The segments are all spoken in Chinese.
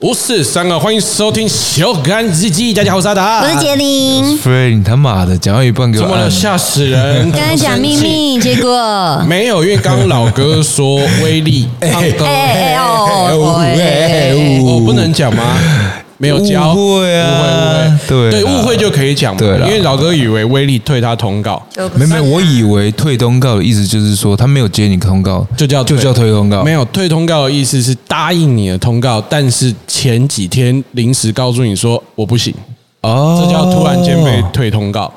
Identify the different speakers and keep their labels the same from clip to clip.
Speaker 1: 五四三二，欢迎收听小干日记。大家好，我是阿
Speaker 2: 啊
Speaker 1: 达，
Speaker 3: 我是杰林，
Speaker 2: Free，你他妈的讲到一半给
Speaker 1: 怎
Speaker 2: 我
Speaker 1: 么了？
Speaker 2: 按，
Speaker 1: 吓死人！
Speaker 3: 刚才讲秘密，结果
Speaker 1: 没有，因为刚刚老哥说威 力，
Speaker 3: 哎哎哎哦，
Speaker 1: 我哦不能讲吗？没有教，
Speaker 2: 误会啊
Speaker 1: 误会误会，
Speaker 2: 对
Speaker 1: 对，
Speaker 2: 啦
Speaker 1: 误会就可以讲嘛，
Speaker 2: 对啦
Speaker 1: 因为老哥以为威力退他通告，
Speaker 2: 没没，哦我以为退通告的意思就是说他没有接你通告，
Speaker 1: 就叫
Speaker 2: 就叫退通告，
Speaker 1: 没有退通告的意思是答应你的通告，但是前几天临时告诉你说我不行，
Speaker 2: 哦，
Speaker 1: 这叫突然间被退通告，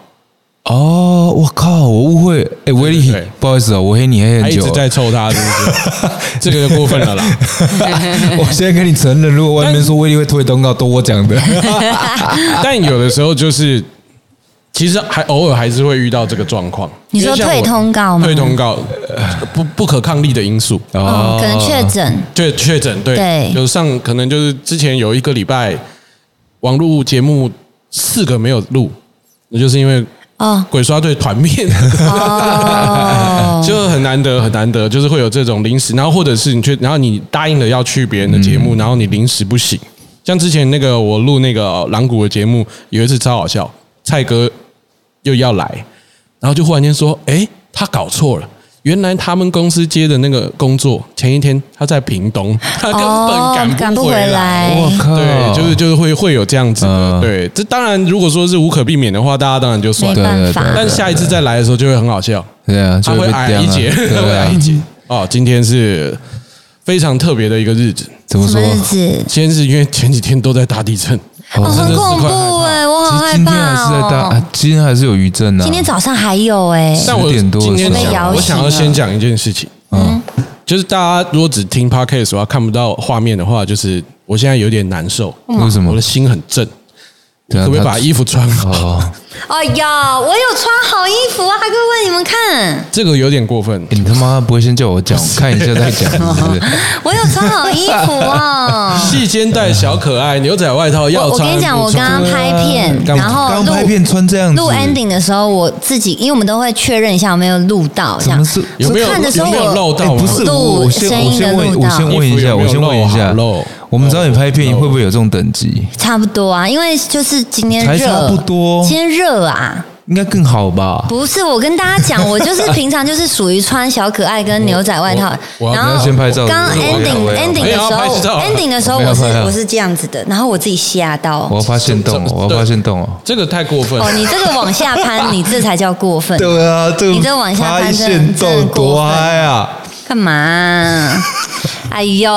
Speaker 2: 哦，我靠，我误会，哎，威力
Speaker 1: 对，
Speaker 2: 不好意思哦，我黑你黑
Speaker 1: 还
Speaker 2: 很
Speaker 1: 一
Speaker 2: 久
Speaker 1: 直，在 凑他，是不是？这个就过分了啦。
Speaker 2: 我现在跟你承认，如果外面说威力会退通告，都我讲的，
Speaker 1: 但有的时候就是，其实还偶尔还是会遇到这个状况。
Speaker 3: 你说
Speaker 1: 因为像我
Speaker 3: 退通告吗
Speaker 1: 退通告，呃不不可抗力的因素，
Speaker 3: 哦，可能确诊，
Speaker 1: 确确诊对，
Speaker 3: 对
Speaker 1: 有上可能就是之前有一个礼拜网络节目四个没有录，那就是因为
Speaker 3: 哦
Speaker 1: 鬼刷队团灭。
Speaker 3: 哦，
Speaker 1: 就很难得，很难得，就是会有这种临时，然后或者是你去，然后你答应了要去别人的节目，
Speaker 3: 嗯
Speaker 1: 然后你临时不行。像之前那个我录那个狼谷的节目，有一次超好笑，蔡哥又要来，然后就忽然间说：“诶，他搞错了。”原来他们公司接的那个工作，前一天他在屏东，他根
Speaker 3: 哦
Speaker 1: 本赶
Speaker 3: 赶
Speaker 1: 不
Speaker 3: 不
Speaker 1: 回
Speaker 3: 回
Speaker 1: 来。
Speaker 3: 来，
Speaker 2: 我靠，
Speaker 1: 对，就是就是会会有这样子的，
Speaker 2: 嗯
Speaker 1: 对，这当然如果说是无可避免的话，大家当然就算
Speaker 3: 没
Speaker 1: 了。
Speaker 3: 办法
Speaker 2: 对对，对
Speaker 1: 但下一次再来的时候就会很好笑，
Speaker 2: 对啊，
Speaker 1: 他
Speaker 2: 就
Speaker 1: 会
Speaker 2: 被
Speaker 1: 矮
Speaker 2: 刁
Speaker 1: 一
Speaker 2: 啊
Speaker 1: 截，他会
Speaker 2: 对
Speaker 1: 矮
Speaker 2: 啊
Speaker 1: 一，截。哦，今天是非常特别的一个日子，
Speaker 2: 怎么
Speaker 3: 什
Speaker 2: 说
Speaker 3: 么？日子？
Speaker 1: 先是因为前几天都在大地震，
Speaker 3: 哦，很恐怖哎，我好
Speaker 2: 其实
Speaker 3: 害
Speaker 2: 今天还
Speaker 3: 怕
Speaker 2: 是在大，
Speaker 3: 哦
Speaker 2: 啊。今天还是有余震啊，
Speaker 3: 今天早上还有哎，
Speaker 1: 但我
Speaker 2: 10点多的
Speaker 1: 今天
Speaker 2: 时候
Speaker 3: 被
Speaker 1: 想
Speaker 3: 摇
Speaker 1: 我
Speaker 3: 醒
Speaker 1: 想要
Speaker 3: 了
Speaker 1: 先讲一件事情，
Speaker 2: 嗯
Speaker 1: 就是大家如果只听 podcast 的话，看不到画面的话，就是我现在有点难受，
Speaker 2: 为什么
Speaker 1: 我的心很震，
Speaker 2: 对啊
Speaker 1: 可不可以
Speaker 2: 他
Speaker 1: 把衣服穿好？
Speaker 2: 哦，
Speaker 3: 哎呀，我有穿好衣服啊，各位你们看，
Speaker 1: 这个有点过分
Speaker 2: 欸。你他妈不会先叫我讲，我看一下 再讲，是不是？
Speaker 3: 我有穿好衣服啊。
Speaker 1: 细肩带小可爱，牛仔外套要
Speaker 3: 我我
Speaker 1: 穿
Speaker 3: 跟你讲，我
Speaker 1: 不
Speaker 3: 刚
Speaker 1: 穿
Speaker 3: 刚拍片，
Speaker 1: 干嘛
Speaker 3: 然后
Speaker 2: 啊刚
Speaker 3: 录
Speaker 2: 拍片穿这样子，
Speaker 3: 录 ending 的时候，我自己因为我们都会确认一下有没有录到，这
Speaker 2: 怎
Speaker 3: 样
Speaker 2: 么是
Speaker 1: 有没有
Speaker 3: 我看的时
Speaker 1: 有
Speaker 3: 候
Speaker 1: 没有
Speaker 3: 我
Speaker 1: 漏
Speaker 2: 哎
Speaker 1: 到啊吗？
Speaker 2: 不是我，我先
Speaker 3: 录声音
Speaker 2: 我先
Speaker 3: 的
Speaker 2: 问，
Speaker 3: 录到
Speaker 2: 我先问一下，
Speaker 1: 衣服有没有
Speaker 2: 我先问一
Speaker 1: 漏
Speaker 2: 下
Speaker 1: 好漏，
Speaker 2: 我们知道你拍片会不会有这种等级？
Speaker 3: 差不多啊，因为就是今天
Speaker 2: 才
Speaker 3: 热，
Speaker 2: 差不多
Speaker 3: 今天热啊，
Speaker 2: 应该更好吧？
Speaker 3: 不是我跟大家讲，我就是平常就是属于穿小可爱跟牛仔外套，
Speaker 1: 我我
Speaker 3: 然
Speaker 2: 你要
Speaker 3: 后
Speaker 2: 先拍照
Speaker 3: 刚
Speaker 2: 是不是
Speaker 3: ending
Speaker 2: 我要
Speaker 3: ending
Speaker 1: 我
Speaker 3: 的时
Speaker 1: 要拍照
Speaker 3: 候，ending 的时候
Speaker 2: 我要
Speaker 3: 我是
Speaker 2: 拍照
Speaker 3: 我是这样子的，然后我自己吓到
Speaker 2: 我。要发现洞
Speaker 1: 这
Speaker 2: 哦，我要发现洞哦。
Speaker 1: 这个太过分了
Speaker 3: 哦，。你这个往下 攀，你这才叫过分。
Speaker 2: 对啊，这
Speaker 3: 你这往下翻真的真的过分
Speaker 2: 啊！
Speaker 3: 干嘛啊、哎呦，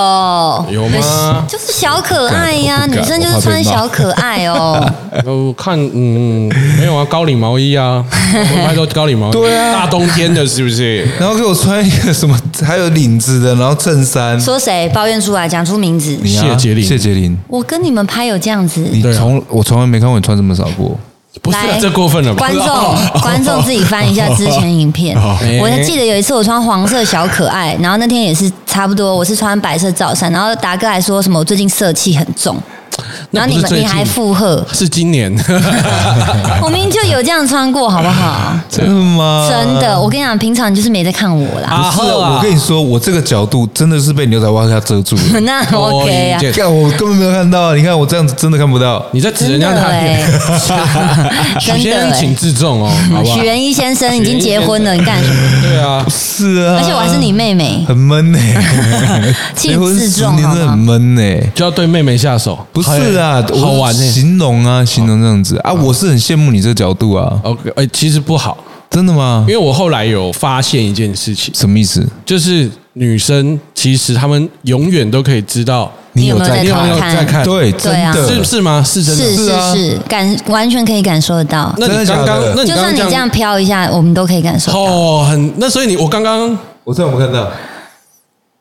Speaker 1: 有吗？
Speaker 3: 就是小可爱呀、
Speaker 2: 我不
Speaker 3: 女
Speaker 2: 敢
Speaker 3: 生就是穿小可爱哦。
Speaker 1: 呃我看，嗯，没有啊，高领毛衣啊，我们拍都高领毛衣，
Speaker 2: 对啊
Speaker 1: 大冬天的，是不是？
Speaker 2: 然后给我穿一个什么，还有领子的，然后衬衫。
Speaker 3: 说谁抱怨出来，讲出名字。
Speaker 2: 你啊
Speaker 1: 谢杰林
Speaker 2: 谢杰林，
Speaker 3: 我跟你们拍有这样子，
Speaker 2: 你
Speaker 1: 对啊
Speaker 2: 从我从来没看过你穿这么少过。
Speaker 1: 不是啊，这过分了吧？哦
Speaker 3: 观 众，观众自己翻一下之前影片。我
Speaker 1: 哎
Speaker 3: 还记得有一次我穿黄色小可爱，然后那天也是差不多，我是穿白色罩衫，然后达哥还说什么我最近色气很重，
Speaker 1: 那
Speaker 3: 然后
Speaker 1: 不
Speaker 3: 你
Speaker 1: 是
Speaker 3: 们
Speaker 1: 最
Speaker 3: 你
Speaker 1: 近
Speaker 3: 还 附和，
Speaker 1: 是今年，
Speaker 3: 我明明就有这样穿过，好不 好？
Speaker 2: 真的吗？
Speaker 3: 真的，我跟你讲，平常你就是没在看我啦。
Speaker 1: 呃啊
Speaker 2: 不是
Speaker 1: 呵啊
Speaker 2: 啊，我跟你说，我这个角度真的是被牛仔外套遮住 了。
Speaker 3: 那
Speaker 1: 我
Speaker 3: OK
Speaker 1: 理，
Speaker 3: 啊
Speaker 1: 解
Speaker 2: 看我根本没有看到，你看我这样子真的看不到。
Speaker 1: 你在指人家
Speaker 3: 哎
Speaker 1: 哪，里？
Speaker 3: 真
Speaker 1: 许先
Speaker 3: 的
Speaker 1: 生，请
Speaker 3: 哎
Speaker 1: 自重哦，好不好
Speaker 3: 许？元一先生已经结婚了，你干什么？
Speaker 1: 对啊，
Speaker 2: 是啊，
Speaker 3: 而且我还是你妹妹，
Speaker 2: 很闷呢、
Speaker 3: 请
Speaker 2: 结婚
Speaker 3: 自
Speaker 2: 十
Speaker 3: 重
Speaker 2: 年
Speaker 3: 好
Speaker 2: 真的很
Speaker 3: 吗？
Speaker 2: 闷呢、
Speaker 1: 就要对妹妹下手，
Speaker 2: 不是啊，
Speaker 1: 好
Speaker 2: 我
Speaker 1: 好
Speaker 3: 欸
Speaker 1: 玩欸呢。
Speaker 2: 形容啊，形容这样子啊，我是很羡慕你这个角度啊，
Speaker 1: OK，哎，其实不好，
Speaker 2: 真的吗
Speaker 1: 因？为我后来有发现一件事情，
Speaker 2: 什么意思？
Speaker 1: 就是女生其实她们永远都可以知道，
Speaker 3: 你有
Speaker 2: 有
Speaker 3: 没有
Speaker 2: 在
Speaker 1: 你有没有
Speaker 3: 偷
Speaker 1: 在
Speaker 3: 看？
Speaker 1: 看？
Speaker 2: 对，
Speaker 3: 对
Speaker 2: 真
Speaker 3: 啊
Speaker 2: 的，
Speaker 1: 是是吗？是真的吗。
Speaker 3: 是
Speaker 2: 是
Speaker 3: 是
Speaker 2: 啊
Speaker 3: 是，感完全可以感受得到。
Speaker 1: 那你
Speaker 2: 真
Speaker 1: 刚
Speaker 2: 的假
Speaker 1: 刚
Speaker 2: 的，
Speaker 1: 那你
Speaker 3: 就
Speaker 1: 刚
Speaker 3: 算
Speaker 1: 刚
Speaker 3: 你
Speaker 1: 这
Speaker 3: 这样
Speaker 1: 样，
Speaker 3: 飘一下，我们都可以感受到。
Speaker 1: 哦，很那，所以你我刚刚，
Speaker 2: 我这有没有看到？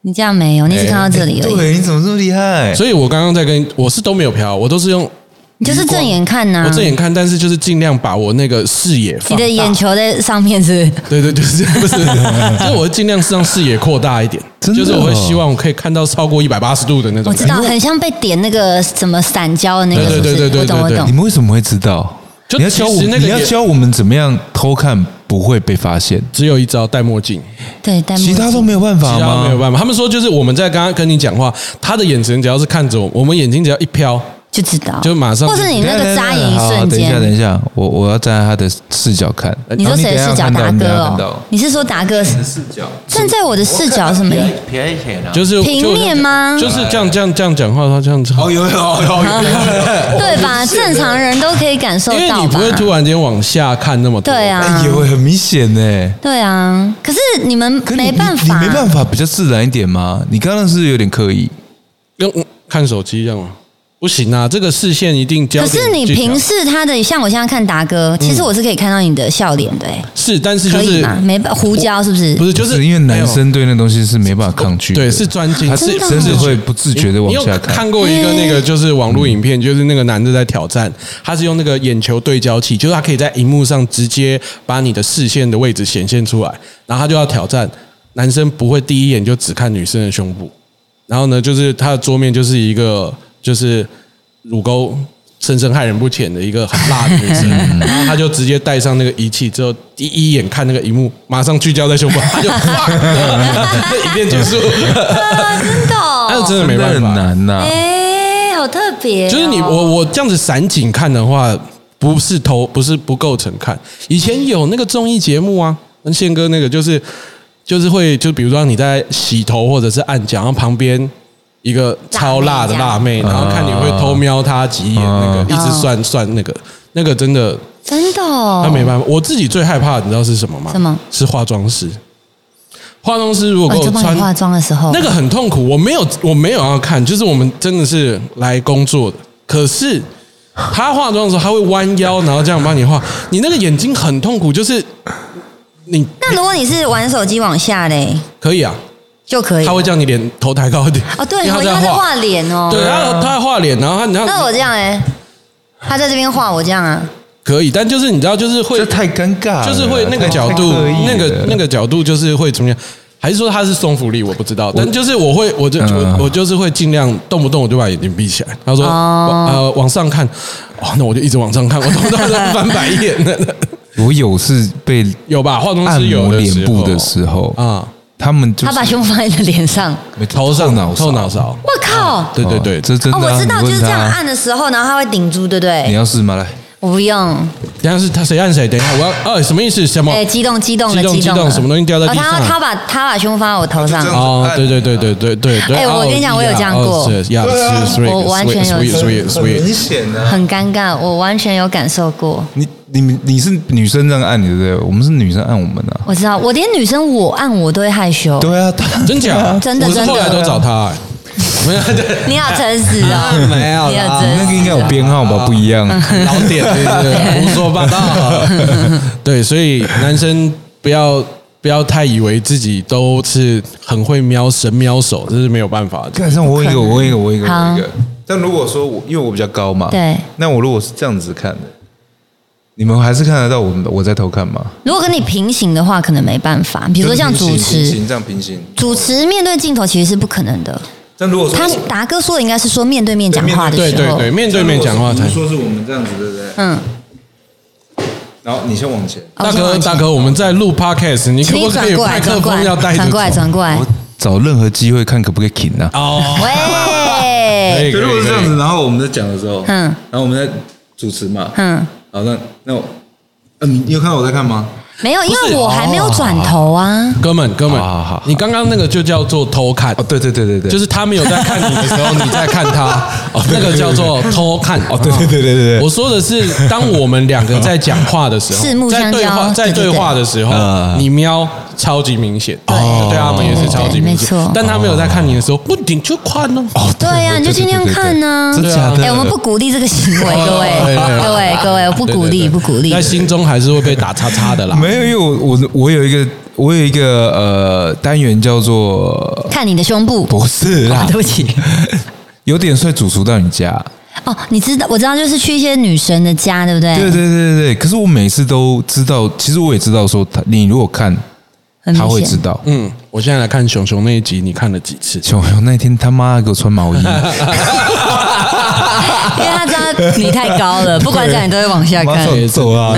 Speaker 3: 你这样没有，你只看到这里而已，
Speaker 2: 对，你怎么这么厉害？
Speaker 1: 所以我刚刚在跟我是都没有瞟，我都是用
Speaker 3: 你就是正眼看呐
Speaker 1: 我。正眼看，但是就是尽量把我那个视野放
Speaker 3: 嗯你
Speaker 1: 大，
Speaker 3: 的眼球在上面是不是？
Speaker 1: 对对对，就是不 是，就是我会尽量是让视野扩大一点，
Speaker 2: 真的
Speaker 1: 就
Speaker 2: 哦
Speaker 1: 是我会希望我可以看到超过一百八十度的那种感
Speaker 3: 我知
Speaker 1: 觉。
Speaker 3: 道，很像被点那个什么散焦的那个，
Speaker 1: 哎对对
Speaker 3: 是不是
Speaker 1: 对对对
Speaker 3: 我懂我
Speaker 1: 对对
Speaker 3: 懂
Speaker 2: 你。们为什么会知道？
Speaker 1: 就
Speaker 2: 你要教
Speaker 1: 其
Speaker 2: 我，
Speaker 1: 实那个
Speaker 2: 你要
Speaker 1: 也
Speaker 2: 教我们怎么样偷看不会被发现，
Speaker 1: 只有一招戴墨镜，
Speaker 3: 对，戴墨
Speaker 2: 其
Speaker 3: 镜
Speaker 2: 他都没有办法啊
Speaker 1: 其他
Speaker 2: 吗？
Speaker 1: 没有办法。他们说就是我们在刚刚跟你讲话，他的眼神只要是看着我，我们眼睛只要一
Speaker 2: 啊
Speaker 1: 飘，
Speaker 3: 就知道，
Speaker 1: 就马上
Speaker 3: 或是你那个扎眼一
Speaker 2: 好
Speaker 3: 瞬
Speaker 2: 等一下，等
Speaker 3: 间。
Speaker 2: 一下，我我要站在他的视角看。
Speaker 3: 你说谁的视角？
Speaker 2: 然
Speaker 3: 达
Speaker 2: 后你
Speaker 3: 哥
Speaker 2: 等一下看到
Speaker 3: 哦？你是说达哥？
Speaker 2: 视角
Speaker 3: 站在我的视角什么意思？
Speaker 2: 撇一撇呢？
Speaker 1: 就是
Speaker 3: 平面吗
Speaker 1: 就是这样这样这样讲话，他这样子。
Speaker 2: 哦有有有有，
Speaker 3: 对吧？正常人都可以感受
Speaker 1: 因为
Speaker 3: 到
Speaker 1: 你不
Speaker 3: 吧？
Speaker 1: 会突然间往下看那么多。
Speaker 3: 啊对，啊，
Speaker 2: 有很明显呢。
Speaker 3: 对啊。可是你们
Speaker 2: 可你
Speaker 3: 没办
Speaker 2: 你
Speaker 3: 法，啊
Speaker 2: 你没办法比较自然一点吗？你刚刚是不是有点刻意，
Speaker 1: 用嗯看手机这样吗？不行啊，这个视线一定交
Speaker 3: 可
Speaker 1: 给
Speaker 3: 是你
Speaker 1: 技巧
Speaker 3: 平视他的，像我现在看达哥，其实我是可以看到你的笑脸的、欸，
Speaker 1: 是，但嗯是就
Speaker 3: 可以
Speaker 1: 是
Speaker 3: 吗？没办胡椒是不是？
Speaker 1: 不是就是
Speaker 2: 因为
Speaker 1: 没
Speaker 2: 男
Speaker 1: 有
Speaker 2: 生对那东西是没办法抗拒的，
Speaker 1: 对是专精，
Speaker 2: 他
Speaker 1: 是
Speaker 3: 真的哦
Speaker 2: 甚至会不自觉的往
Speaker 1: 你有
Speaker 2: 下看。
Speaker 1: 看过一个那个就是网络影片，就是那个男的在挑战，他是用那个眼球对焦器，就是他可以在荧幕上直接把你的视线的位置显现出来，然后他就要挑战男生不会第一眼就只看女生的胸部，然后呢，就是他的桌面就是一个就是乳沟。深深害人不浅的一个很辣的女生，
Speaker 2: 嗯
Speaker 1: 然后他就直接戴上那个仪器之后，第一眼看那个荧幕，马上聚焦在胸部，他就 fuck，那影片结束，
Speaker 3: 真的
Speaker 1: 那
Speaker 3: 哦、
Speaker 1: 真的没办
Speaker 2: 真的
Speaker 1: 法
Speaker 2: 很。难呐、
Speaker 3: 哎、好特别哦、
Speaker 1: 就是你我我这样子散景看的话，不是头不是不构成看。以前有那个综艺节目啊，跟宪哥那个就是就是会就比如说你在洗头或者是按脚，然后旁边一个超辣的辣妹，然后看你会偷瞄她几眼，那个
Speaker 2: 啊
Speaker 1: 一直算算那个那个真的
Speaker 3: 真的、哦，
Speaker 1: 他没办法。我自己最害怕的你知道是什么吗？
Speaker 3: 什么
Speaker 1: 是化妆师。化妆师如果
Speaker 3: 哦
Speaker 1: 给
Speaker 3: 你
Speaker 1: 我
Speaker 3: 就帮
Speaker 1: 穿
Speaker 3: 你化妆的时候，
Speaker 1: 那个很痛苦，我没有，我没有要看，就是我们真的是来工作的。可是他化妆的时候，他会弯腰，然后这样帮你画，你那个眼睛很痛苦，就是你
Speaker 3: 那如果你是玩手机往下嘞，
Speaker 1: 可以啊，
Speaker 3: 就可以
Speaker 1: 他会叫你脸头抬高一点
Speaker 3: 哦，
Speaker 1: 因
Speaker 3: 对，
Speaker 1: 为
Speaker 3: 我
Speaker 1: 他
Speaker 3: 在
Speaker 1: 在
Speaker 3: 画脸哦。
Speaker 1: 对，他他在画脸，然后他然
Speaker 3: 那
Speaker 1: 后
Speaker 3: 我这样哎、他在这边画我这样啊，
Speaker 1: 可以，但就是你知道，就是会
Speaker 2: 这太尴尬了，
Speaker 1: 就是会那个
Speaker 2: 太
Speaker 1: 角度
Speaker 2: 刻意，了
Speaker 1: 那个那个角度就是会怎么样？还是说他是松福力？我不知道，但就是我会，我就我
Speaker 2: 嗯
Speaker 1: 我就是会尽量动不动我就把眼睛闭起来。他说
Speaker 3: 哦
Speaker 1: 呃往上看，哦，那我就一直往上看，我动不动就翻白眼的，
Speaker 2: 我有是被
Speaker 1: 有吧？化妆
Speaker 2: 按
Speaker 1: 师有
Speaker 2: 摩
Speaker 1: 的
Speaker 2: 脸
Speaker 1: 时
Speaker 2: 部
Speaker 1: 候
Speaker 2: 的时候，
Speaker 1: 啊，
Speaker 2: 他们就是
Speaker 3: 他把胸放在你的脸上，
Speaker 1: 头上
Speaker 2: 脑
Speaker 1: 后脑，勺，
Speaker 3: 我靠！
Speaker 1: 对对对，
Speaker 2: 这真的
Speaker 3: 哦，
Speaker 2: 啊、
Speaker 3: 我知道，
Speaker 2: 你
Speaker 3: 就
Speaker 2: 问
Speaker 3: 是这样
Speaker 2: 他
Speaker 3: 按的时候，然后他会顶住，对不
Speaker 2: 哎你
Speaker 3: 对？
Speaker 2: 要试吗？来，
Speaker 3: 我不用，
Speaker 1: 等一下是他谁按谁？等一下我要呃什么意思？什么？
Speaker 3: 哎，激动激动的
Speaker 1: 激动
Speaker 3: 激
Speaker 1: 激动
Speaker 3: 动了，
Speaker 1: 什么东西掉在地上
Speaker 3: 哦他他把他把胸放在我头上
Speaker 2: 就这，样
Speaker 1: 哦，对对对对对对对。
Speaker 3: 哎我跟你讲我有这样过
Speaker 1: 呀，是
Speaker 3: 我完全有
Speaker 1: sweet sweet sweet，
Speaker 2: 显啊
Speaker 3: 很尴尬，我完全有感受过。
Speaker 2: 你你们你是女生这样按你对不对？我们是女生按我们的、啊。
Speaker 3: 我知道，我连女生我按我都会害羞。
Speaker 2: 对 啊，他
Speaker 1: 真假？
Speaker 3: 真的
Speaker 1: 我是
Speaker 3: 真的
Speaker 1: 后来都找他，哎没有对
Speaker 3: 你好诚实哦，
Speaker 1: 没有
Speaker 3: 你好
Speaker 1: 啦
Speaker 3: 诚实。
Speaker 2: 那个应该有编号吧？不一 样。
Speaker 1: 老点，对对对胡说八道。对，所以男生不要不要太以为自己都是很会瞄神瞄手，这是没有办法的。
Speaker 2: 看上我问一个，我问一个，我问一个，我
Speaker 3: 好
Speaker 2: 问一个。 但如果说我因为我比较高嘛，
Speaker 3: 对，
Speaker 2: 那我如果是这样子看的，你们还是看得到我我在偷看吗？
Speaker 3: 如果跟你平行的话，可能没办法。比
Speaker 2: 比
Speaker 3: 如说像主持，
Speaker 2: 这样平行。
Speaker 3: 主持面对镜头其实是不可能的。
Speaker 2: 但如果
Speaker 3: 他达哥说的应该是说面对面讲话的
Speaker 1: 对
Speaker 3: 时
Speaker 1: 对
Speaker 3: 候，
Speaker 1: 对，面对面讲话才
Speaker 2: 比。如说是我们这样子，对不对？
Speaker 3: 嗯，
Speaker 2: 然后你先往前，
Speaker 3: 哦
Speaker 1: 大哥大，哥，我们在录 podcast，你可
Speaker 3: 请
Speaker 1: 不
Speaker 3: 你
Speaker 1: 可
Speaker 3: 转
Speaker 1: 以
Speaker 3: 过
Speaker 1: 麦
Speaker 3: 来，
Speaker 1: 克
Speaker 3: 转过
Speaker 1: 风
Speaker 3: 来，
Speaker 1: 要带着
Speaker 3: 转过来，
Speaker 1: 走？
Speaker 3: 转过来。
Speaker 2: 找任何机会看可不可以停啊？
Speaker 1: 哦，可
Speaker 3: 喂，
Speaker 1: 以可以
Speaker 2: 如果是这样
Speaker 1: 可
Speaker 2: 子，然后我们在讲的时候，
Speaker 3: 嗯
Speaker 2: 嗯，然后我们在主持嘛，嗯，
Speaker 3: 嗯，
Speaker 2: 好，那那我，呃，你你有看到我在看吗？
Speaker 3: 没有，因
Speaker 1: 不
Speaker 3: 为
Speaker 1: 是
Speaker 3: 我还没有转头啊。
Speaker 1: 以哥们哥们
Speaker 2: 好好好，
Speaker 1: 你刚刚那个就叫做偷看
Speaker 2: 哦，。对对对对对，
Speaker 1: 就是他没有在看你的时候，你在看他， 哦，那个叫做偷看。哦，
Speaker 2: 对对对对对对
Speaker 1: 我说的是，当我们两个在讲话的时候，
Speaker 3: 四目相
Speaker 1: 在
Speaker 3: 交
Speaker 1: 对话，在
Speaker 3: 对对
Speaker 1: 对
Speaker 3: 对
Speaker 1: 话的时候
Speaker 2: 嗯，
Speaker 1: 你瞄超级明显，
Speaker 3: 对
Speaker 1: 哦对他们也是超级明
Speaker 3: 对对对没
Speaker 1: 显
Speaker 3: 错。
Speaker 1: 但他没有在看你的时候，不顶就看哦。
Speaker 2: 哦，
Speaker 3: 对呀、你就尽量看呢、
Speaker 2: 真假的？
Speaker 3: 哎、我们不鼓励这个行为，各位
Speaker 1: 对对对，
Speaker 3: 各位，各位，我不鼓
Speaker 1: 对
Speaker 3: 励，
Speaker 1: 对对
Speaker 3: 不鼓励
Speaker 1: 在。心中还是会被打叉叉的啦。
Speaker 2: 没有，因为我我我有一个我有一个呃单元叫做
Speaker 3: 看你的胸部，
Speaker 2: 不是啦，
Speaker 3: 对不起。
Speaker 2: 有点帅主厨到你家，
Speaker 3: 哦，你知道，我知道，就是去一些女神的家，对不对？
Speaker 2: 对对对对对。可是我每次都知道，其实我也知道说他，你如果看
Speaker 3: 很
Speaker 2: 他会
Speaker 3: 明
Speaker 2: 知
Speaker 3: 显。
Speaker 2: 道。
Speaker 1: 嗯，我现在来看熊熊那一集，你看了几次？
Speaker 2: 熊熊那天他妈给我穿毛衣，
Speaker 3: 因为他知道你太高 了，不管怎样你都会往下
Speaker 2: 马
Speaker 3: 看。
Speaker 2: 上走啊！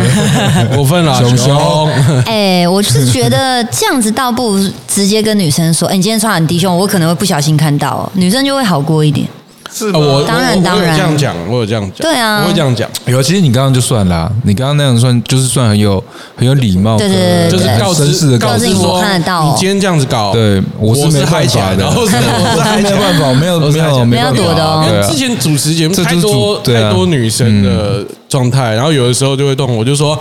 Speaker 1: 我分了，
Speaker 2: 熊
Speaker 1: 熊
Speaker 2: 熊，
Speaker 3: 哎、我是觉得这样子倒不如直接跟女生说，哎、你今天穿很低胸，我可能会不小心看到、哦，女生就会好过一点。
Speaker 1: 啊我
Speaker 3: 当然
Speaker 1: 我我
Speaker 3: 当
Speaker 1: 有
Speaker 3: 然
Speaker 1: 这样讲，我有这样讲，
Speaker 3: 对啊
Speaker 1: 我会这样讲，
Speaker 2: 有，其实你刚刚就算啦、你刚刚那样算就是算很有很有礼貌的，
Speaker 3: 对对
Speaker 1: 就
Speaker 3: 对
Speaker 1: 是
Speaker 2: 很
Speaker 1: 告
Speaker 2: 绅士
Speaker 1: 知
Speaker 2: 的
Speaker 1: 告
Speaker 2: 告
Speaker 3: 知
Speaker 1: 知
Speaker 3: 你
Speaker 1: 说
Speaker 3: 我看得到哦
Speaker 1: 你今天这样子搞，
Speaker 2: 对我
Speaker 1: 我
Speaker 2: 是没
Speaker 1: 嗨
Speaker 2: 办
Speaker 1: 起来
Speaker 2: 法的啊
Speaker 1: 然 后是我是嗨
Speaker 2: 没
Speaker 1: 起来
Speaker 2: 办法，没有
Speaker 1: 我
Speaker 2: 没
Speaker 1: 是还
Speaker 2: 有
Speaker 1: 讲
Speaker 2: 没
Speaker 3: 没有
Speaker 2: 办法
Speaker 3: 躲的哦
Speaker 1: 因
Speaker 2: 对
Speaker 1: 为
Speaker 2: 啊
Speaker 1: 之前主持节目
Speaker 2: 这就
Speaker 1: 太
Speaker 2: 是
Speaker 1: 多
Speaker 2: 主对啊嗯
Speaker 1: 太多女生的状态，然后有的时候就会动，我就说，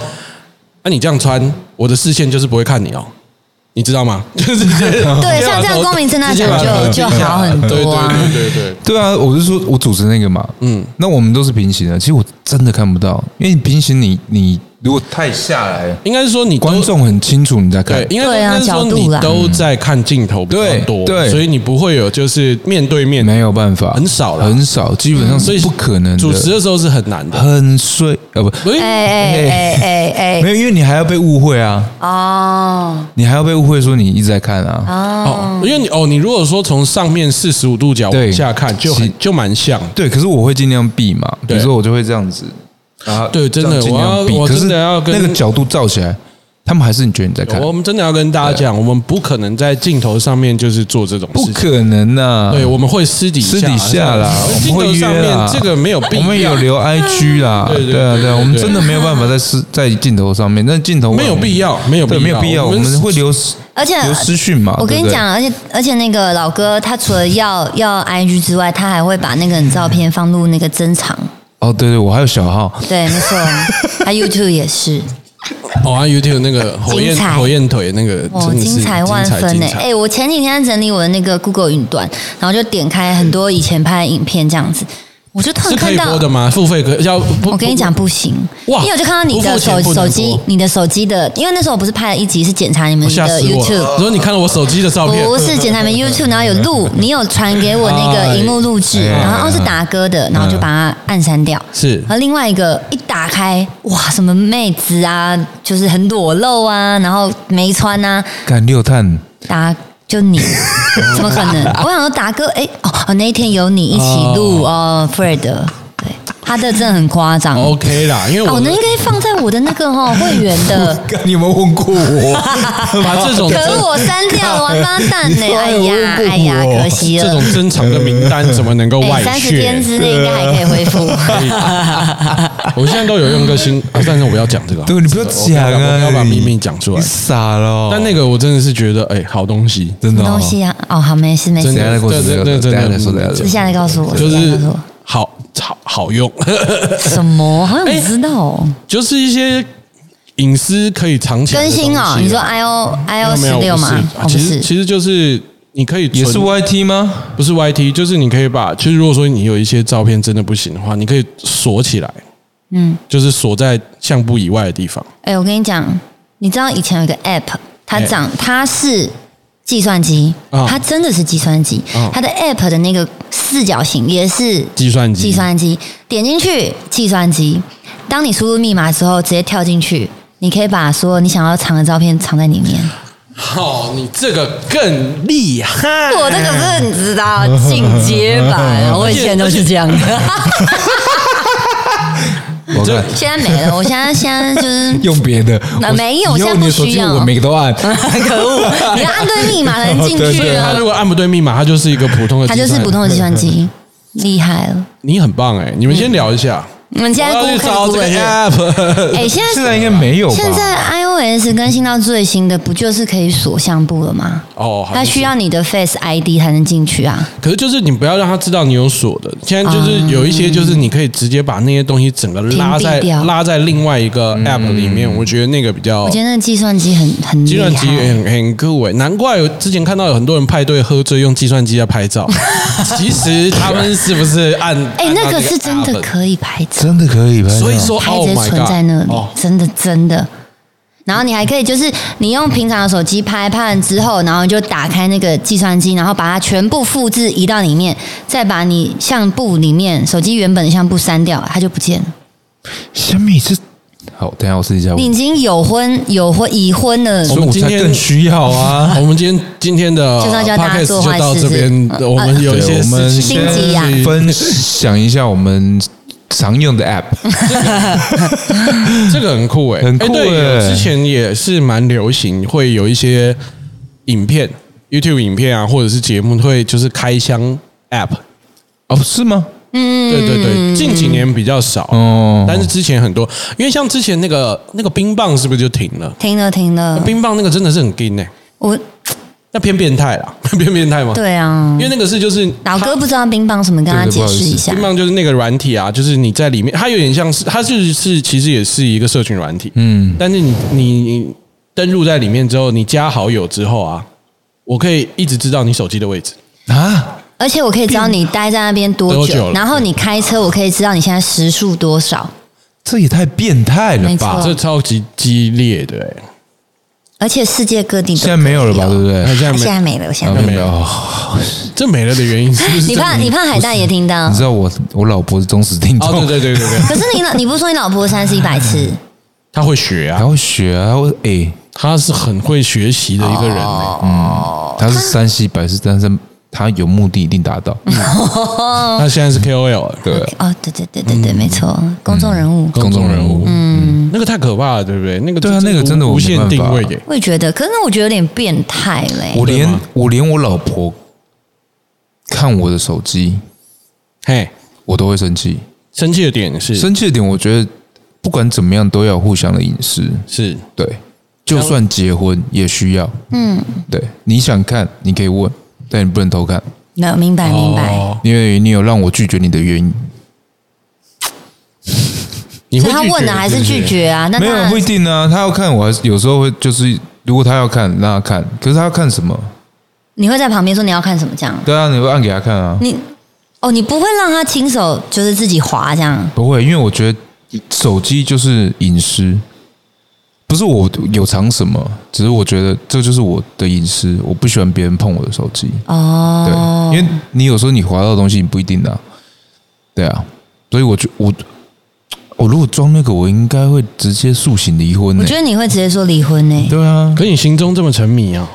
Speaker 1: 啊，你这样穿，我的视线就是不会看你哦，你知道吗？ 就是
Speaker 2: 哦
Speaker 3: 对，像这样光明正大讲就就好很
Speaker 1: 对
Speaker 3: 多啊。
Speaker 1: 对对对对，
Speaker 2: 对啊，我是说我主持那个嘛，嗯，那我们都是平行的，其实我真的看不到，因为你平行你你如果太下来，
Speaker 1: 应该是说你都
Speaker 2: 观众很清楚你在看
Speaker 1: 对，，应该说
Speaker 3: 对啊
Speaker 1: 应该是说
Speaker 3: 角度
Speaker 1: 你
Speaker 3: 啦
Speaker 1: 都在看镜头比较
Speaker 2: 对
Speaker 1: 多，
Speaker 2: 对
Speaker 1: 所以你不会有就是面对面，
Speaker 2: 没有办法，
Speaker 1: 很少啦嗯
Speaker 2: 很少，基本上
Speaker 1: 所
Speaker 2: 是
Speaker 1: 以
Speaker 2: 不可能的。
Speaker 1: 主持的时候是很难的。
Speaker 2: 很碎，呃不，
Speaker 1: 不是
Speaker 3: 哎哎哎哎
Speaker 2: 没
Speaker 3: 哎，
Speaker 2: 有，因为你还要被误会啊，
Speaker 3: 哦
Speaker 2: 你还要被误会说你一直在看啊，
Speaker 3: 哦，
Speaker 1: 哦，因为你哦，你如果说从上面四十五度角往
Speaker 2: 对
Speaker 1: 下看，就很
Speaker 2: 是
Speaker 1: 就蛮像。
Speaker 2: 对，可是我会尽量避嘛，比
Speaker 1: 对
Speaker 2: 如说我就会这样子，啊，
Speaker 1: 对真的
Speaker 2: 这样尽量避
Speaker 1: 我要我
Speaker 2: 可是
Speaker 1: 真的要跟
Speaker 2: 那个角度照起来，他们还是你觉得你在看，
Speaker 1: 我们真的要跟大家讲，我们不可能在镜头上面就是做这种
Speaker 2: 不
Speaker 1: 事情。
Speaker 2: 可能呐，
Speaker 1: 对，我们会私底下
Speaker 2: 私底下啦，
Speaker 1: 镜
Speaker 2: 我们会
Speaker 1: 头上
Speaker 2: 约
Speaker 1: 面
Speaker 2: 啦，
Speaker 1: 这个没有必要，
Speaker 2: 我们有 留 IG 啦，
Speaker 1: 对对
Speaker 2: 对啊
Speaker 1: 对
Speaker 2: 对
Speaker 1: 对
Speaker 2: 啊，我们
Speaker 1: 对
Speaker 2: 真的没有办法在私在镜头上面，那镜头外
Speaker 1: 没有必要，没有
Speaker 2: 对，没有必要，我们会留
Speaker 3: 而且
Speaker 2: 留私讯嘛，
Speaker 3: 我跟
Speaker 2: 对不
Speaker 3: 你
Speaker 2: 对
Speaker 3: 讲，而且而且那个老哥他除了要要 IG 之外，他还会把那个人照片放入那个珍藏。
Speaker 2: 哦，对对，我还有小号，
Speaker 3: 对，没错，他 YouTube 也是，
Speaker 1: 哦啊 YouTube 那个火焰
Speaker 3: 精彩
Speaker 1: 火焰腿那个
Speaker 3: 哦，
Speaker 1: 真的是
Speaker 3: 精彩万分
Speaker 1: 精
Speaker 3: 呢！
Speaker 1: 彩
Speaker 3: 哎、我前几天整理我的那个 Google 云端，然后就点开很多以前拍的影片，这样子，我就突
Speaker 1: 是
Speaker 3: 然
Speaker 1: 可
Speaker 3: 看
Speaker 1: 以
Speaker 3: 到
Speaker 1: 播的，吗？付费可要？
Speaker 3: 我
Speaker 1: 我
Speaker 3: 跟你讲，不行，
Speaker 1: 哇
Speaker 3: 因为我就看到你的
Speaker 1: 不付钱
Speaker 3: 手
Speaker 1: 不能播
Speaker 3: 手机，你的手机的，因为那时候我不是拍了一集是检查你们
Speaker 1: 吓
Speaker 3: 的
Speaker 1: 死我！
Speaker 3: YouTube。
Speaker 1: 然后你看了哦我手机的照片，
Speaker 3: 不是检查你们 YouTube，然后有录，你有传给我那个荧幕录制，
Speaker 2: 哎
Speaker 3: 然后哦是达哥的，然后就把它按删掉。
Speaker 1: 哎是
Speaker 3: 而另外一个一打开，哇，什么妹子啊，就是很裸露啊，然后没穿啊，
Speaker 2: 干六探，
Speaker 3: 达 就你，怎么可能？我想说达哥，哎、哦哦，那一天有你一起录哦 f r e d 对，他的真的很夸张。哦，
Speaker 1: OK 啦，因为
Speaker 3: 那
Speaker 1: 我
Speaker 3: 应该放在我的那个哈、哦、会员的，
Speaker 2: 干你有没有问过我？
Speaker 1: 把这种
Speaker 3: 可是我删掉了，王八蛋 呢、哎呀，哎呀，
Speaker 2: 哦
Speaker 3: 可惜
Speaker 1: 这种
Speaker 3: 了。
Speaker 1: 珍藏的名单怎么能够外
Speaker 3: 哎，三十天
Speaker 1: 泄？
Speaker 3: 之内应该还可以恢 复。
Speaker 1: 哦我现在都有用个新，啊但是我不要讲这个，
Speaker 2: 对你不要讲
Speaker 1: 我
Speaker 2: 啊，
Speaker 1: 不要把
Speaker 2: 你
Speaker 1: 秘密讲出来
Speaker 2: 你傻了哦。
Speaker 1: 但那个我真的是觉得，哎，好东西，
Speaker 2: 真
Speaker 3: 什
Speaker 2: 的
Speaker 3: 么
Speaker 2: 哦
Speaker 3: 东西啊？哦，好，没事没
Speaker 1: 真
Speaker 3: 事，
Speaker 2: 等一下再
Speaker 1: 的，
Speaker 2: 跟我
Speaker 1: 对对
Speaker 2: 说
Speaker 1: 对，真
Speaker 2: 等一下
Speaker 1: 的
Speaker 2: 再说等一下再
Speaker 3: 私
Speaker 2: 说
Speaker 3: 下再告诉我，
Speaker 1: 就
Speaker 3: 私下再
Speaker 1: 是
Speaker 3: 告 诉我
Speaker 1: 好好好用，
Speaker 3: 什么？好
Speaker 1: 哎
Speaker 3: 想知道哦。
Speaker 1: 就是一些隐私可以藏起来的
Speaker 3: 更
Speaker 1: 东西啊
Speaker 3: 新哦，你说 i o i o
Speaker 1: 没
Speaker 3: 十
Speaker 1: 有没有
Speaker 3: 六
Speaker 1: 不
Speaker 3: 吗
Speaker 1: 是？
Speaker 3: 哦，不
Speaker 1: 其实
Speaker 3: 是，
Speaker 1: 其实就是你可以
Speaker 2: 也是
Speaker 1: 存
Speaker 2: YT 吗？
Speaker 1: 不是 YT，就是你可以把，其实如果说你有一些照片真的不行的话，你可以锁起来，
Speaker 3: 嗯，
Speaker 1: 就是锁在相簿以外的地方。
Speaker 3: 哎、我跟你讲，你知道以前有一个 app，它
Speaker 1: 哎
Speaker 3: 长它是计算机，
Speaker 1: 啊
Speaker 3: 它真的是计算机，
Speaker 1: 啊
Speaker 3: 它的 app 的那个四角形也是
Speaker 1: 计算机，
Speaker 3: 计算机，点进去计算机，当你输入密码之后，直接跳进去。你可以把所有你想要藏的照片藏在里面。
Speaker 1: 好，你这个更厉害。
Speaker 3: 我这个是你知道进阶版，我以前都是这样的，
Speaker 2: 我看
Speaker 3: 现在没了。我现在现在就是
Speaker 2: 用别的，
Speaker 3: 那
Speaker 2: 我
Speaker 3: 没有
Speaker 2: 以
Speaker 3: 现
Speaker 2: 后
Speaker 3: 在
Speaker 2: 你
Speaker 3: 不
Speaker 2: 的手
Speaker 3: 需
Speaker 2: 机
Speaker 3: 要嗯
Speaker 2: 我每个都按，
Speaker 3: 可恶，你要按对密码才能进去
Speaker 2: 对
Speaker 1: 他
Speaker 3: 啊。
Speaker 1: 如果按不对密码，他就是一个普通的计
Speaker 3: 它
Speaker 1: 算，
Speaker 3: 就是普通的计算机，厉害了。
Speaker 1: 你很棒哎、你们先聊一下。
Speaker 3: 嗯我们现在
Speaker 1: 我要去
Speaker 3: Google
Speaker 1: 找这个 呃 app，
Speaker 3: 哎，现
Speaker 2: 现
Speaker 3: 在
Speaker 2: 在应该没有吧？
Speaker 3: 现在 iOS 更新到最新的，不就是可以锁相簿了吗？
Speaker 1: 哦，好
Speaker 3: 它需要你的 Face ID 才能进去啊。
Speaker 1: 可是就是你不要让他知道你有锁的。现在就是有一些，就是你可以直接把那些东西整个拉在
Speaker 3: 嗯屏蔽掉嗯
Speaker 1: 拉在另外一个 app 里面，我觉得那个比较
Speaker 3: 我觉得那个计算机很很
Speaker 1: 哦计
Speaker 3: 厉
Speaker 1: 算机
Speaker 3: 害。
Speaker 1: 很很酷诶，难怪我之前看到有很多人派对喝醉用计算机在拍 照，其实他们是不是按？
Speaker 3: 哎，
Speaker 1: 按照
Speaker 3: 那个
Speaker 1: 这
Speaker 3: 是真的
Speaker 1: app
Speaker 3: 可以拍照，
Speaker 2: 真的可以拍照，
Speaker 1: 所以说
Speaker 3: 它
Speaker 1: Oh
Speaker 3: 直接
Speaker 1: my
Speaker 3: 存在那里
Speaker 1: God，哦，
Speaker 3: 真的真的。然后你还可以，就是你用平常的手机拍，拍完之后，然后你就打开那个计算机，然后把它全部复制移到里面，再把你相簿里面手机原本的相簿删掉，它就不见了。
Speaker 1: 哦
Speaker 2: 小米是好，等一下我试一下，
Speaker 3: 你已
Speaker 2: 我
Speaker 3: 经有婚、有婚、已婚了，
Speaker 1: 我
Speaker 2: 所以
Speaker 1: 们
Speaker 2: 我
Speaker 1: 今
Speaker 2: 才
Speaker 1: 天
Speaker 2: 更需要啊。
Speaker 1: 我们今天今天的
Speaker 3: 就是要教大家
Speaker 1: podcast
Speaker 3: 做
Speaker 1: 就
Speaker 3: 坏
Speaker 1: 到
Speaker 3: 事
Speaker 1: 这边，
Speaker 3: 是呃
Speaker 1: 我们有一
Speaker 2: 对
Speaker 1: 些
Speaker 2: 我们
Speaker 1: 事
Speaker 3: 心啊
Speaker 1: 情
Speaker 3: 机呀
Speaker 2: 先分享一下我们常用的 app，
Speaker 1: 这个很酷哎、欸，
Speaker 2: 很酷
Speaker 1: 哎对
Speaker 2: 欸
Speaker 1: 之前也是蛮流行，会有一些影片，YouTube 影片啊，或者是节目会就是开箱 App，
Speaker 2: 哦，是吗？
Speaker 3: 嗯，
Speaker 1: 对对对，近几年比较少，
Speaker 2: 哦，
Speaker 1: 但是之前很多，因为像之前那个那个冰棒是不是就停了？
Speaker 3: 停了停了，
Speaker 1: 呃冰棒那个真的是很劲哎、
Speaker 3: 我
Speaker 1: 那偏变态啦， 偏变态吗？，
Speaker 3: 对啊
Speaker 1: 因，为那个是就是
Speaker 3: 老哥不知道冰棒什么，跟他
Speaker 2: 对
Speaker 3: 解
Speaker 2: 对
Speaker 3: 释一下
Speaker 1: 冰。棒就是那个软体啊，就是你在里面，它有点像是它就是是其实也是一个社群软体，
Speaker 2: 嗯，
Speaker 1: 但是你你你登录在里面之后，你加好友之后啊，我可以一直知道你手机的位置。
Speaker 2: 啊，
Speaker 3: 而且我可以知道你待在那边
Speaker 1: 多
Speaker 3: 多
Speaker 1: 久
Speaker 3: 久，
Speaker 1: 了
Speaker 3: 然后你开车，我可以知道你现在时速多少。
Speaker 2: 这也太变态了
Speaker 3: 没
Speaker 2: 吧
Speaker 3: 错！
Speaker 1: 这超级激烈的、欸，
Speaker 3: 而且世界各地都
Speaker 2: 现在没有了吧？对不对？
Speaker 1: 现在
Speaker 3: 啊
Speaker 1: 没
Speaker 3: 现在没了，现在
Speaker 2: 啊
Speaker 3: 没了。
Speaker 1: 没有
Speaker 2: 哦
Speaker 1: 这没了的原因是不是
Speaker 3: 你怕
Speaker 1: 这
Speaker 3: 你怕海带也听到
Speaker 2: 你？知道我我老婆是忠实听
Speaker 1: 哦，
Speaker 2: 众，
Speaker 1: 对对对对对，
Speaker 3: 可是 你老你不是说你老婆三十一百次？
Speaker 1: 他会学
Speaker 2: 还
Speaker 1: 啊，
Speaker 2: 会学啊，还会哎，
Speaker 1: 他是很会学习的一个人、欸。
Speaker 3: 哦
Speaker 2: 他是山西百事，但是他有目的一定达到。
Speaker 1: 他现在是 KOL，欸
Speaker 2: 对，啊
Speaker 3: 哦，对对对对对，没错，公众人物。
Speaker 2: 嗯公众人物，
Speaker 1: 嗯，那个太可怕了，对不对？那个
Speaker 2: 对啊
Speaker 1: 是
Speaker 2: 那个真的我
Speaker 1: 无
Speaker 2: 没
Speaker 1: 限
Speaker 2: 办法
Speaker 1: 定位耶，
Speaker 3: 我也觉得，可是那我觉得有点变态嘞。
Speaker 2: 我
Speaker 1: 对
Speaker 2: 连
Speaker 1: 吗
Speaker 2: 我连我老婆看我的手机，
Speaker 1: 嘿，
Speaker 2: 我都会生气。
Speaker 1: 生气的点是
Speaker 2: 生气的点，我觉得不管怎么样都要互相的隐私。
Speaker 1: 是
Speaker 2: 对，就算结婚也需要。
Speaker 3: 嗯，
Speaker 2: 对，你想看你可以问，但你不能偷看，
Speaker 3: 那明白明白。
Speaker 1: 哦
Speaker 2: 因为你有让我拒绝你的原因。
Speaker 1: 你
Speaker 3: 所
Speaker 1: 会
Speaker 3: 以他
Speaker 1: 拒绝
Speaker 3: 问的还是拒？
Speaker 1: 不
Speaker 3: 绝啊？那
Speaker 2: 没
Speaker 3: 当
Speaker 2: 有
Speaker 3: 然
Speaker 2: 不一定啊，他要看我还是有时候会就是，如果他要看让他看，可是他要看什么？
Speaker 3: 你会在旁边说你要看什么这样？
Speaker 2: 对啊，你会按给他看啊？
Speaker 3: 你哦，你不会让他亲手就是自己滑这样？
Speaker 2: 不会，因为我觉得手机就是隐私，不是我有藏什么，只是我觉得这就是我的隐私，我不喜欢别人碰我的手机。对，
Speaker 3: 哦，
Speaker 2: 因为你有时候你滑到的东西，你不一定拿。对啊，所以我就我我如果装那个，我应该会直接速行离婚
Speaker 3: 我
Speaker 2: 呢、
Speaker 3: 觉得你会直接说离婚欸呢。
Speaker 2: 对啊，
Speaker 1: 可你心中这么沉迷啊？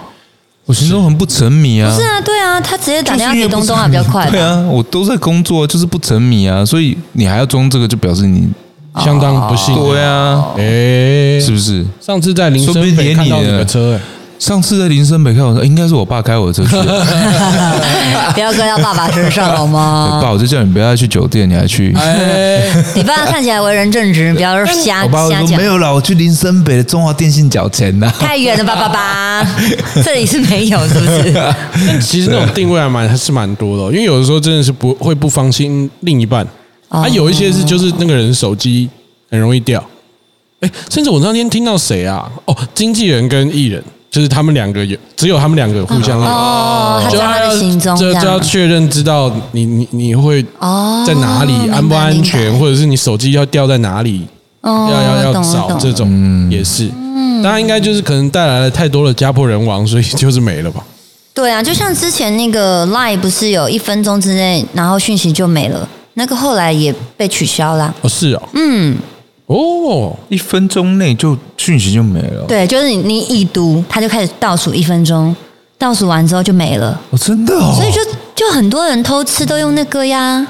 Speaker 2: 我心中很不沉迷啊。
Speaker 3: 是啊，对啊，他直接打电话
Speaker 2: 就是因
Speaker 3: 给
Speaker 2: 为
Speaker 3: 东
Speaker 2: 不沉
Speaker 3: 东还
Speaker 2: 迷
Speaker 3: 比较 快
Speaker 2: 对
Speaker 3: 吧？
Speaker 2: 啊，我都在工作，就是不沉迷啊，所以你还要装这个，就表示你
Speaker 3: 哦
Speaker 1: 相当不幸。
Speaker 2: 对啊，
Speaker 1: 哎，
Speaker 2: 是不是？
Speaker 1: 上次在林
Speaker 2: 说不
Speaker 1: 森
Speaker 2: 定
Speaker 1: 北
Speaker 2: 连
Speaker 1: 看
Speaker 2: 你
Speaker 1: 到你
Speaker 2: 的
Speaker 1: 的车、欸，
Speaker 2: 上次在林森北看我，应该是我爸开我的车 去的。
Speaker 3: 不要怪到爸爸身上好吗？
Speaker 2: 爸，我就叫你不要再去酒店，你还去。
Speaker 3: 哦
Speaker 1: 哎，
Speaker 3: 你爸看起来为人正直，不要 瞎
Speaker 2: 我爸
Speaker 3: 瞎
Speaker 2: 会说
Speaker 3: 讲
Speaker 2: 没。有啦，我去林森北的中华电信缴钱啊呐、
Speaker 3: 太远了吧， 爸爸？这里是没有，是 不是？
Speaker 1: 但哎其实那种定位还蛮还是蛮多的哦、因为有的时候真的是不会不放心另一半，
Speaker 3: 哦
Speaker 1: 啊，有一些是就是那个人手机很容易掉，哎，甚至我那天听到谁啊，哦，经纪人跟艺人，就是他们两个有只有他们两个有互相那个。
Speaker 3: 哦，他
Speaker 1: 就
Speaker 3: 在他的行踪
Speaker 1: 就
Speaker 3: 这
Speaker 1: 就要
Speaker 3: 样。
Speaker 1: 确认知道你你你会
Speaker 3: 哦
Speaker 1: 在哪里、
Speaker 3: 明白
Speaker 1: 安不安
Speaker 3: 明
Speaker 1: 全，
Speaker 3: 白
Speaker 1: 或者是你手机要掉在哪里，
Speaker 3: 哦
Speaker 1: 要要要
Speaker 3: 懂了
Speaker 1: 找
Speaker 3: 懂了嗯
Speaker 1: 这种也是。当然应该就是可能带来了太多的家破人亡，所以就是没了吧。
Speaker 3: 对啊，就像之前那个 Line 不是有一分钟之内，然后讯息就没了，那个后来也被取消啦。
Speaker 1: 哦，是哦，
Speaker 3: 嗯，
Speaker 1: 哦，
Speaker 2: 一分钟内就讯息就没了。
Speaker 3: 对，就是你你已读，他就开始倒数一分钟，倒数完之后就没了，
Speaker 2: 哦，真的哦。
Speaker 3: 所以就就很多人偷吃都用那个呀。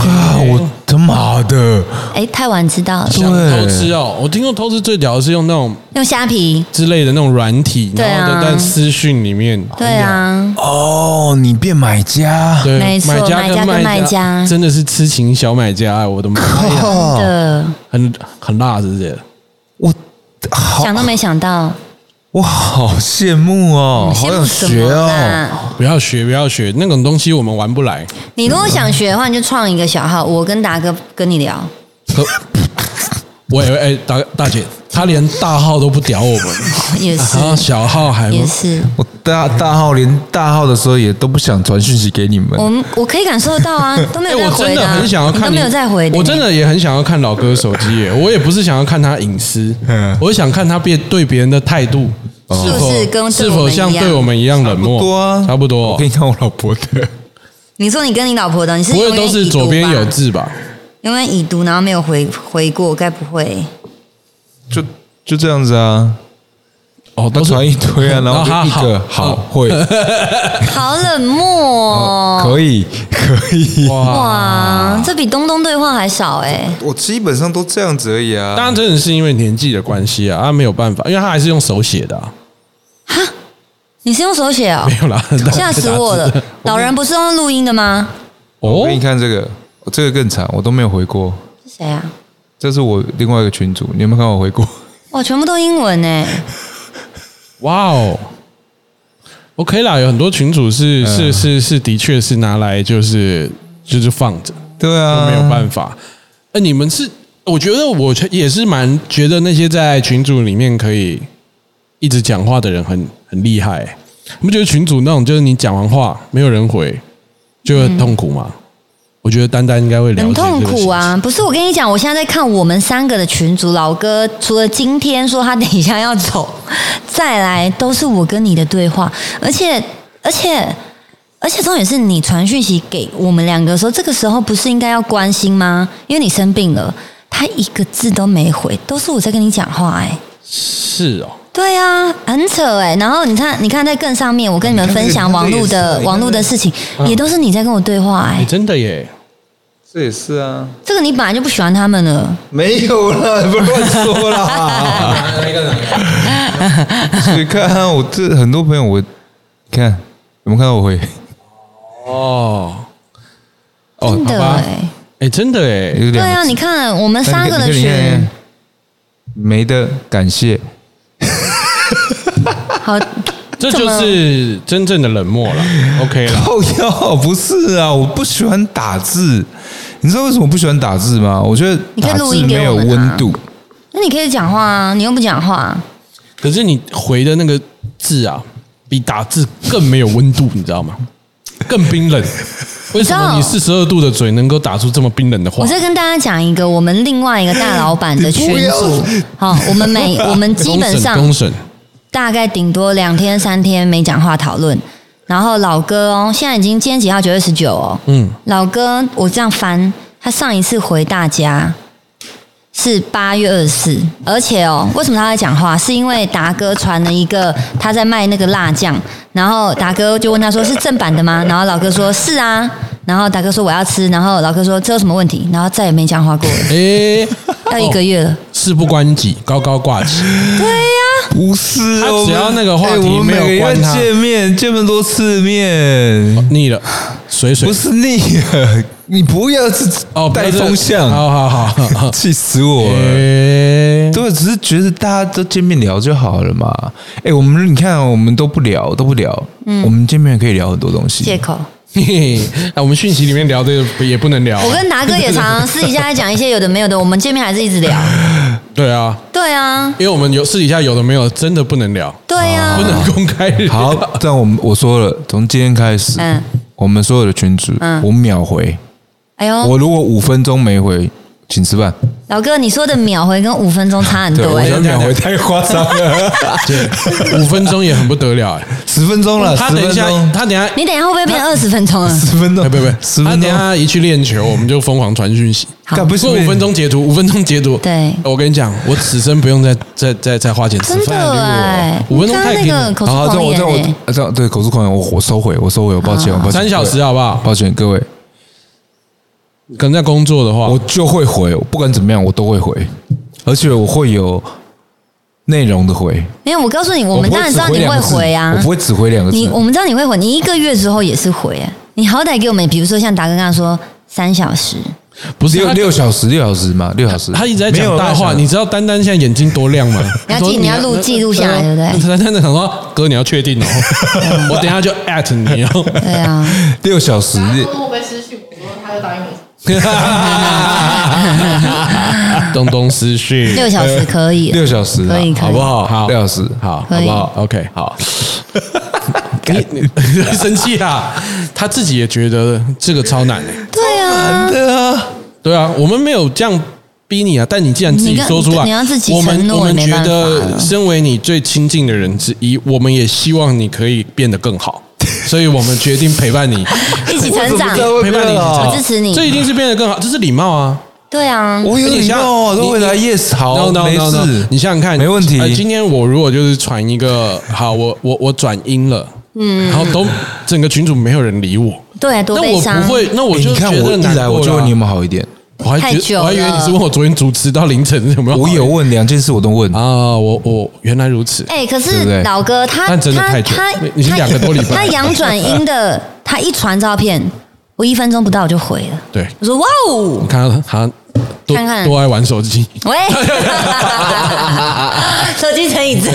Speaker 2: 啊，
Speaker 1: 哎
Speaker 2: 我他妈的，
Speaker 3: 哎，太晚知道了，
Speaker 1: 想
Speaker 2: 对
Speaker 1: 偷吃哦，我听说偷吃最屌的是用那种
Speaker 3: 用虾皮。
Speaker 1: 之类的那种软体，
Speaker 3: 对啊
Speaker 1: 然后都在私讯里面，
Speaker 3: 对啊，
Speaker 2: 哦，你变买家，
Speaker 1: 对，
Speaker 3: 没错
Speaker 1: 买家
Speaker 3: 买家跟
Speaker 1: 卖
Speaker 3: 卖家
Speaker 1: 真的是痴情小买家，哎我的妈呀，
Speaker 3: 真
Speaker 2: 哦，
Speaker 3: 的
Speaker 1: 很很辣，是不是？
Speaker 2: 我好
Speaker 3: 想，都没想到，
Speaker 2: 我好羡慕哦，好
Speaker 3: 羡慕
Speaker 2: 想
Speaker 3: 什
Speaker 2: 学
Speaker 3: 么
Speaker 2: 哦。
Speaker 3: 啦？
Speaker 1: 不要学，不要学那种东西，我们玩不来。
Speaker 3: 你如果想学的话，你就创一个小号，我跟达哥跟 你聊。
Speaker 1: 可 我也哎，大大姐，她连大号都不屌我 们，
Speaker 3: 也是
Speaker 1: 然后小号还
Speaker 3: 也是，
Speaker 2: 我大大号连大号的时候也都不想传讯息给你们
Speaker 3: 我，们我可以感受得到啊，都没
Speaker 1: 哎，
Speaker 3: 有
Speaker 1: 我
Speaker 3: 在
Speaker 1: 真
Speaker 3: 回
Speaker 1: 的
Speaker 3: 啊
Speaker 1: 很想要
Speaker 3: 你
Speaker 1: 看
Speaker 3: 都没有在回的，
Speaker 1: 我真的也很想要看老哥手机耶。我也不是想要看他隐私
Speaker 2: 嗯，
Speaker 1: 我想看他别对别人的态度是否
Speaker 3: 哦是不是跟对
Speaker 1: 是
Speaker 3: 我
Speaker 1: 否
Speaker 3: 们
Speaker 1: 像
Speaker 3: 一样
Speaker 1: 对我们一样冷
Speaker 2: 不
Speaker 1: 漠，
Speaker 2: 多啊，
Speaker 1: 差不多
Speaker 2: 我给你看我老婆的，
Speaker 3: 你说你跟你老婆的，你是
Speaker 1: 不
Speaker 3: 永
Speaker 1: 会
Speaker 3: 远
Speaker 1: 都是
Speaker 3: 已读
Speaker 1: 左边有
Speaker 3: 吧，
Speaker 1: 字吧？
Speaker 3: 因为已读然后没 有回回过，该不会
Speaker 2: 就就这样子啊。
Speaker 1: 哦，
Speaker 2: 我
Speaker 1: 但是
Speaker 2: 传一堆啊，然后
Speaker 1: 然后
Speaker 2: 就一
Speaker 1: 他
Speaker 2: 个
Speaker 1: 好
Speaker 2: 好会
Speaker 3: 好冷漠、哦。
Speaker 2: 可以可 以，
Speaker 3: 哇，这比东东对话还少哎、
Speaker 4: 我基本上都这样子而已啊。
Speaker 1: 当然真的是因为年纪的关系啊，他没有办法，因为他还是用手写的啊、
Speaker 3: 你是用手写哦
Speaker 1: 没？有啦，
Speaker 3: 吓死我了！老人不是用录音的吗？
Speaker 1: 哦
Speaker 2: 我给，你看这个，这个更惨，我都没有回过。
Speaker 3: 是谁啊？
Speaker 2: 这是我另外一个群主，你有没有看我回 过？
Speaker 3: 哇，全部都英文哎、
Speaker 1: 哇哦，OK 啦，有很多群主是是是是，的确是拿来就是就是放着，
Speaker 2: 对
Speaker 1: 都
Speaker 2: 啊，
Speaker 1: 没有办法。哎，你们是，我觉得我也是蛮觉得那些在群组里面可以一直讲话的人很很厉害、欸。你不觉得群主那种就是你讲完话没有人回，就很痛苦吗？我觉得丹丹应该会了解
Speaker 3: 嗯很
Speaker 1: 这个
Speaker 3: 痛
Speaker 1: 心
Speaker 3: 苦
Speaker 1: 情
Speaker 3: 啊！不是，我跟你讲，我现在在看我们三个的群组，老哥除了今天说他等一下要走， 再来都是我跟你的对话，而且而且而且重点是你传讯息给我们两个的时候，这个时候不是应该要关心吗？因为你生病了，他一个字都没回，都是我在跟你讲话哎、
Speaker 1: 是哦，
Speaker 3: 对啊，很扯哎、然后你看，你看在更上面，我跟你们分享
Speaker 4: 你看
Speaker 3: 网
Speaker 4: 这个
Speaker 3: 络
Speaker 4: 你看这也
Speaker 3: 的
Speaker 4: 是
Speaker 3: 网络的事情，
Speaker 1: 嗯
Speaker 3: 也都是你在跟我对话哎、
Speaker 1: 哎、真的耶，
Speaker 4: 这也是啊，
Speaker 3: 这个你本来就不喜欢他们了。
Speaker 4: 没有 啦，不要乱说啦。
Speaker 2: 所以看啊我这很多朋友，我看有没有看到我回？
Speaker 1: 哦，哦，
Speaker 3: 真
Speaker 1: 好
Speaker 3: 的
Speaker 1: 吧，
Speaker 3: 哎、
Speaker 1: 哎，真的哎，
Speaker 2: 有
Speaker 3: 对
Speaker 2: 两个
Speaker 3: 啊，你看我们
Speaker 2: 字
Speaker 3: 三个的
Speaker 2: 你看你看你看
Speaker 3: 群
Speaker 2: 你，看没得感谢，
Speaker 3: 好，
Speaker 1: 这
Speaker 3: 怎
Speaker 1: 就
Speaker 3: 么
Speaker 1: 是真正的冷漠 了。OK 了，
Speaker 2: 靠腰不是啊，我不喜欢打字。你知道为什么不喜欢打字吗？我觉得
Speaker 3: 你可以
Speaker 2: 打
Speaker 3: 录
Speaker 2: 字
Speaker 3: 音给
Speaker 2: 没有
Speaker 3: 我们啊
Speaker 2: 温度。
Speaker 3: 那你可以讲话啊，你又不讲话，
Speaker 1: 可是你回的那个字啊，比打字更没有温度，你知道吗？更冰冷。为什么你四十二度的嘴能够打出这么冰冷的话
Speaker 3: 我？再跟大家讲一个我们另外一个大老板 的群组，好，我们每我们基本上
Speaker 1: 公审，
Speaker 3: 大概顶多两天三天没讲话讨论。然后老哥哦，现在已经今天几号？九月十九哦。
Speaker 1: 嗯，
Speaker 3: 老哥，我这样翻，他上一次回大家是八月二十四，而且哦，为什么他在讲话？是因为达哥传了一个他在卖那个辣酱，然后达哥就问他说是正版的吗？然后老哥说是啊，然后达哥说我要吃，然后老哥说这有什么问题？然后再也没讲话过了，
Speaker 1: 哎，
Speaker 3: 要一个月了。
Speaker 1: 事不关己，高高挂 起。
Speaker 2: 不是，
Speaker 1: 他
Speaker 2: 我们
Speaker 1: 只要那个话
Speaker 2: 哎
Speaker 1: 题
Speaker 2: 我们
Speaker 1: 没有
Speaker 2: 每个
Speaker 1: 关
Speaker 2: 月
Speaker 1: 他
Speaker 2: 见面见那么多次面，
Speaker 1: 腻了，水水
Speaker 2: 不是你啊， 你不要
Speaker 1: 哦，不要
Speaker 2: 带
Speaker 1: 这
Speaker 2: 风
Speaker 1: 好
Speaker 2: 向，
Speaker 1: 好好 好。
Speaker 2: 气死我了。
Speaker 1: 哎，
Speaker 2: 对，只是觉得大家都见面聊就好了嘛。哎，我们你看，我们都不聊，都不聊，
Speaker 3: 嗯
Speaker 2: 我们见面可以聊很多东西。
Speaker 3: 借口。
Speaker 1: 嘿嘿， 啊，我们讯息里面聊这个也不能聊啊。
Speaker 3: 我跟达哥也常常私底下在讲一些有的没有的，我们见面还是一直聊。
Speaker 1: 对啊，
Speaker 3: 对啊，
Speaker 1: 因为我们有私底下有的没有，真的不能聊，
Speaker 3: 对啊
Speaker 1: 不，
Speaker 2: 哦
Speaker 1: 能公开聊。
Speaker 2: 好，但我们我说了，从今天开始，
Speaker 3: 嗯
Speaker 2: 我们所有的群主，
Speaker 3: 嗯
Speaker 2: 我秒回。
Speaker 3: 哎呦，
Speaker 2: 我如果五分钟没回，请吃饭。
Speaker 3: 老哥，你说的秒回跟五分钟差很
Speaker 2: 对，
Speaker 3: 多
Speaker 2: 我
Speaker 3: 哎、
Speaker 2: 觉
Speaker 1: 想
Speaker 2: 得秒回太夸张了，
Speaker 1: 对，五分钟也很不得了、哎
Speaker 2: 十分钟了，
Speaker 1: 他
Speaker 2: 呃十
Speaker 1: 等一
Speaker 2: 分
Speaker 1: 下
Speaker 2: 钟，，
Speaker 1: 他等一下，
Speaker 3: 你等一下会不会变二十分钟啊？
Speaker 2: 十分钟，
Speaker 1: 哎，不不，
Speaker 2: 十
Speaker 1: 他
Speaker 2: 分
Speaker 1: 等一
Speaker 2: 钟，
Speaker 1: 下一去练球，我们就疯狂传讯息。
Speaker 3: 好
Speaker 2: 干不
Speaker 1: 过
Speaker 2: 行，
Speaker 1: 五分钟截图，五分钟截图。
Speaker 3: 对
Speaker 1: 我跟你讲，我此生不用再再再再花钱吃
Speaker 3: 真
Speaker 1: 饭
Speaker 3: 的哎
Speaker 1: 了。、五分钟
Speaker 3: 你
Speaker 1: 太
Speaker 3: 刚刚
Speaker 1: 拼
Speaker 3: 那个
Speaker 1: 了，
Speaker 3: 口出
Speaker 2: 好，这
Speaker 3: 狂
Speaker 2: 样我这
Speaker 3: 言
Speaker 2: 样
Speaker 3: 哎、
Speaker 2: 我啊这样对口述狂言，我我收回，我收回，我抱歉，我抱歉，
Speaker 1: 三小时啊好不好？
Speaker 2: 抱歉各位，
Speaker 1: 可能在工作的话，
Speaker 2: 我就会回，我不管怎么样，我都会回，而且我会有内容的回。
Speaker 3: 没有，我告诉你，我
Speaker 2: 我
Speaker 3: 们
Speaker 2: 不
Speaker 3: 当
Speaker 2: 会
Speaker 3: 然
Speaker 2: 只
Speaker 3: 知道
Speaker 2: 回
Speaker 3: 你
Speaker 2: 两
Speaker 3: 会
Speaker 2: 个字
Speaker 3: 回啊
Speaker 2: 我。不会只回两个字。
Speaker 3: 你我们知道你会回，你一个月之后也是回、啊。你好歹给我们，比如说像达哥刚刚说三小时，
Speaker 1: 不是
Speaker 2: 六
Speaker 1: 他
Speaker 2: 六小时，六小时嘛，六小时。
Speaker 1: 他一直在
Speaker 2: 没有
Speaker 1: 讲大话，
Speaker 2: 那
Speaker 1: 你知道丹丹现在眼睛多亮吗？
Speaker 3: 你要
Speaker 1: 他说
Speaker 3: 记你要录记录下来对不对嗯
Speaker 1: 丹丹在想说，哥你要确定哦，我等一下就 at 你哦。
Speaker 3: 对啊，
Speaker 2: 六小时，
Speaker 5: 他说会不会失去我？说他就答应我。
Speaker 1: 东东私讯，
Speaker 3: 六小时可 以，
Speaker 2: 六小时啊，
Speaker 3: 可以可以
Speaker 2: 好不好？
Speaker 1: 哎好
Speaker 2: 六小时，
Speaker 1: 好，
Speaker 3: 可
Speaker 1: 好
Speaker 3: 以
Speaker 1: 不好？OK，好。 你你生气 啊？他自己也觉得这个超难诶、欸
Speaker 3: 对啊，
Speaker 1: 对啊，我们没有这样逼你啊，但你既然自己
Speaker 3: 你跟
Speaker 1: 说出来，
Speaker 3: 你要自己
Speaker 1: 我
Speaker 3: 承
Speaker 1: 们
Speaker 3: 诺
Speaker 1: 我们
Speaker 3: 也没
Speaker 1: 觉
Speaker 3: 办法啊
Speaker 1: 得
Speaker 3: 了
Speaker 1: 身为你最亲近的人之一，我们也希望你可以变得更 好，所以我们决定陪伴你，
Speaker 3: 一起成长，
Speaker 1: 陪伴你一起成
Speaker 3: 我
Speaker 1: 长
Speaker 3: 支持你
Speaker 1: 这一定是变得更好，这是礼貌啊。
Speaker 3: 对啊，
Speaker 2: 我有
Speaker 1: 而且
Speaker 2: 礼
Speaker 1: 像
Speaker 2: 貌啊，
Speaker 1: 你
Speaker 2: 都回答 yes 好
Speaker 1: no no
Speaker 2: 没
Speaker 1: no, no
Speaker 2: 事，
Speaker 1: 你想想看，
Speaker 2: 没问题
Speaker 1: 呃。今天我如果就是传一个，好，我我我转音了，嗯，然后都整个群主没有人理我，
Speaker 3: 对啊，多
Speaker 1: 那
Speaker 3: 悲
Speaker 1: 我
Speaker 3: 伤。
Speaker 1: 不会，那我
Speaker 2: 欸
Speaker 1: 就
Speaker 2: 你看
Speaker 1: 觉
Speaker 2: 我
Speaker 1: 得
Speaker 2: 一
Speaker 1: 难
Speaker 2: 来
Speaker 1: 过
Speaker 2: 我就
Speaker 1: 啦
Speaker 2: 问你有没有好一点，
Speaker 1: 我还
Speaker 3: 太
Speaker 1: 觉
Speaker 3: 久
Speaker 1: 得我还以为你
Speaker 3: 了
Speaker 1: 是问我昨天主持到凌晨有没有好？
Speaker 2: 我有问两件事我都问，
Speaker 1: 啊，我我原来如此，
Speaker 3: 哎、可
Speaker 2: 对
Speaker 3: 是
Speaker 2: 不对
Speaker 3: 老哥他
Speaker 1: 但真的
Speaker 3: 他
Speaker 1: 太久
Speaker 3: 他
Speaker 1: 已经
Speaker 3: 他
Speaker 1: 两个多礼拜
Speaker 3: 他阳转阴的，他一传照片，我一分钟不到我就回了。
Speaker 1: 对，
Speaker 3: 我说哇哦
Speaker 1: 你，看到他多
Speaker 3: 看看
Speaker 1: 多爱玩手 机，
Speaker 3: 喂，手机成瘾症，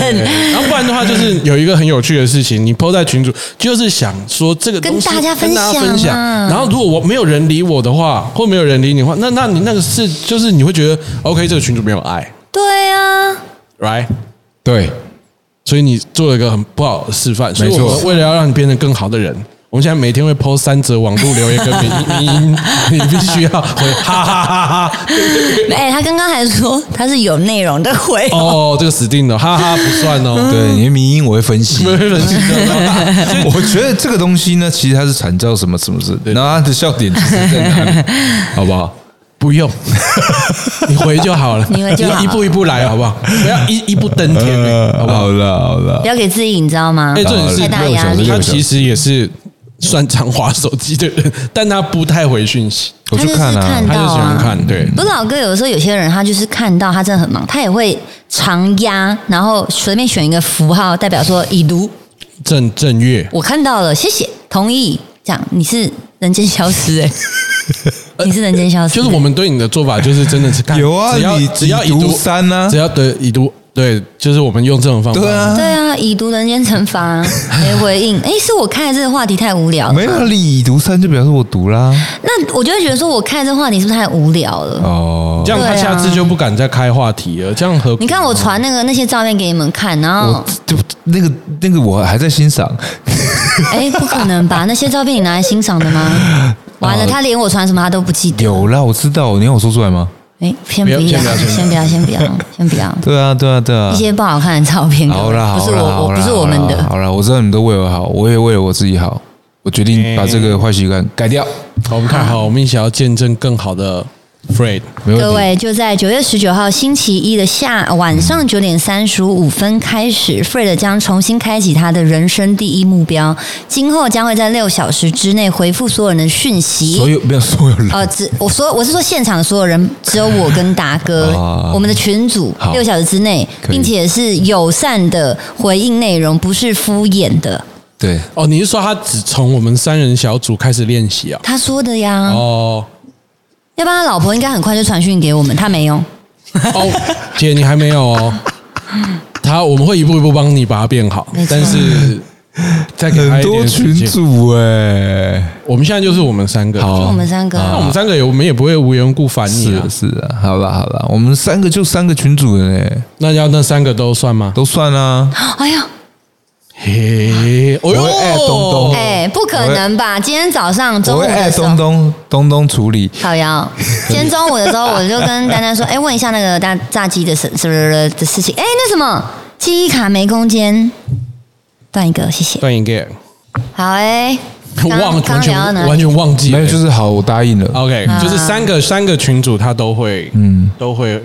Speaker 1: 然后不然的话，就是有一个很有趣的事情，你 PO 在群主，就是想说这个东西
Speaker 3: 跟大家分
Speaker 1: 跟大家分
Speaker 3: 享
Speaker 1: 享。
Speaker 3: 啊
Speaker 1: 然后如果我没有人理我的话，或没有人理你的话，那那你那个是就是你会觉得 OK，这个群主没有爱
Speaker 3: 对啊，
Speaker 1: ，right？
Speaker 2: 对，
Speaker 1: 所以你做了一个很不好的示范。所以
Speaker 2: 没错
Speaker 1: 我们为了要让你变成更好的人。我们现在每天会 PO 三则网络留言跟 民民音，你必须要回哈哈哈哈！
Speaker 3: 哎、他刚刚还说他是有内容的回，
Speaker 1: 哦，这个死定了，哈哈不算哦，
Speaker 2: 对，你的迷因我会分析
Speaker 1: 没。有人记得。
Speaker 2: 我觉得这个东西呢，其实它是惨叫什么什么事，然后它的笑点其实在 哪里，好不好？
Speaker 1: 不用，你回就好了，
Speaker 3: 你回就好
Speaker 1: 一步一步来，好不好？不要一一步登天、欸好不好？
Speaker 2: 了呃好了
Speaker 3: 不，要给自己，你知道吗？
Speaker 1: 哎、这
Speaker 2: 好
Speaker 1: 里
Speaker 3: 太
Speaker 2: 了
Speaker 1: 是
Speaker 3: 大
Speaker 2: 六个
Speaker 3: 压
Speaker 2: 小时
Speaker 3: 力
Speaker 2: 六
Speaker 1: 他
Speaker 2: 个小
Speaker 1: 其
Speaker 2: 时，
Speaker 1: 实也是擅长滑手机的人，但他不太回讯 息，
Speaker 2: 我
Speaker 3: 他
Speaker 2: 去
Speaker 3: 就是
Speaker 2: 看啊
Speaker 3: 看
Speaker 1: 他就
Speaker 3: 到
Speaker 1: 喜欢
Speaker 3: 啊。
Speaker 1: 看，对。
Speaker 3: 不是老哥，有的时候有些人他就是看到他真的很忙，他也会长压，然后随便选一个符号，代表说已读。
Speaker 1: 正正月，
Speaker 3: 我看到了，谢谢，同意。这样你是人间消失哎、你是人间消失、欸
Speaker 1: 就是我们对你的做法，就是真的是看
Speaker 2: 有啊
Speaker 1: 只要
Speaker 2: 你
Speaker 1: 只要
Speaker 2: 已读三啊
Speaker 1: 只要对已读对，就是我们用这种方法，
Speaker 2: 对啊，
Speaker 3: 对啊，已读人间惩罚没回应。哎、是我看的这个话题太无聊了
Speaker 2: 没有理读三就表示我读啦。
Speaker 3: 那我就会觉得说，我看这个话题是不是太无聊了？
Speaker 2: 哦，
Speaker 1: 这样他
Speaker 3: 对啊
Speaker 1: 下次就不敢再开话题了。这样和
Speaker 3: 你看我传那个那些照片给你们看，然后
Speaker 2: 哦我就那个那个我还在欣赏，
Speaker 3: 哎、不可能吧？那些照片你拿来欣赏的吗？完了，
Speaker 2: 哦
Speaker 3: 他连我传什么他都不记得。
Speaker 2: 有啦，我知道，你要我说出来吗？
Speaker 3: 哎、先不要，
Speaker 1: 不要
Speaker 3: 先
Speaker 1: 先
Speaker 3: 不要，先不要，先不要。
Speaker 2: 对啊，对啊，对啊
Speaker 3: 一。些不好看的照片，
Speaker 2: 好啦，
Speaker 3: 不
Speaker 2: 好
Speaker 3: 是
Speaker 2: 啦，
Speaker 3: 我，我
Speaker 2: 好啦
Speaker 3: 不是我们
Speaker 2: 好啦
Speaker 3: 的。
Speaker 2: 好啦，我知道你们都为我好，我也为了我自己好，我决定把这个坏习惯改掉，
Speaker 1: 好，我们看好，我们一起要见证更好的 Fred。
Speaker 2: 没
Speaker 3: 各
Speaker 2: 问题。
Speaker 3: 位，就在九月十九号星期一的下晚上九点三十五分开始，Fred 将重新开启他的人生第一目标，今后将会在六小时之内回复所有人的讯息。
Speaker 2: 所有没有所有人，
Speaker 3: 呃，只我说我是说现场所有人，只有我跟达哥，
Speaker 2: 啊
Speaker 3: 我们的群组
Speaker 2: 好
Speaker 3: 六小时之内，
Speaker 2: 可以
Speaker 3: 并且是友善的回应内容，不是敷衍的。
Speaker 2: 对，
Speaker 1: 哦，你是说他只从我们三人小组开始练习啊？
Speaker 3: 他说的呀，
Speaker 1: 哦
Speaker 3: 要不然他老婆应该很快就传讯给我们，他没有。
Speaker 1: 哦，姐你还没有哦。他我们会一步一步帮你把它变好
Speaker 3: 没，错
Speaker 1: 但是再给他
Speaker 2: 很
Speaker 1: 一
Speaker 2: 多
Speaker 1: 点时
Speaker 2: 群
Speaker 1: 间。
Speaker 2: 主哎，
Speaker 1: 我们现在就是我们三个，啊
Speaker 2: 好
Speaker 3: 就我们三个
Speaker 1: 那我们三个也我们也不会无缘无故烦你
Speaker 2: 是
Speaker 1: 啊
Speaker 2: 啊。是啊，好啦好啦，我们三个就三个群主人哎，
Speaker 1: 那要那三个都算吗？
Speaker 2: 都算啊，
Speaker 3: 哎呀，
Speaker 1: 嘿，哦
Speaker 2: 我会艾东东
Speaker 3: 哎，不可能吧？今天早上中
Speaker 2: 我
Speaker 3: 午
Speaker 2: 会艾
Speaker 3: 的时候
Speaker 2: 东。东东东处理，
Speaker 3: 烤腰，今天中午的时候，我就跟丹丹说：“哎、问一下那个大炸鸡的事什么的事情。哎，那什么记忆卡没空间，断一个，谢谢。
Speaker 1: 断一个，
Speaker 3: 好哎、刚
Speaker 1: 忘了
Speaker 3: 刚
Speaker 1: 完全
Speaker 3: 聊到哪里
Speaker 1: 完全忘记了，
Speaker 2: 没有就是好，我答应了，
Speaker 1: OK，
Speaker 3: 啊
Speaker 1: 就是三个三个群主他都会，嗯，都会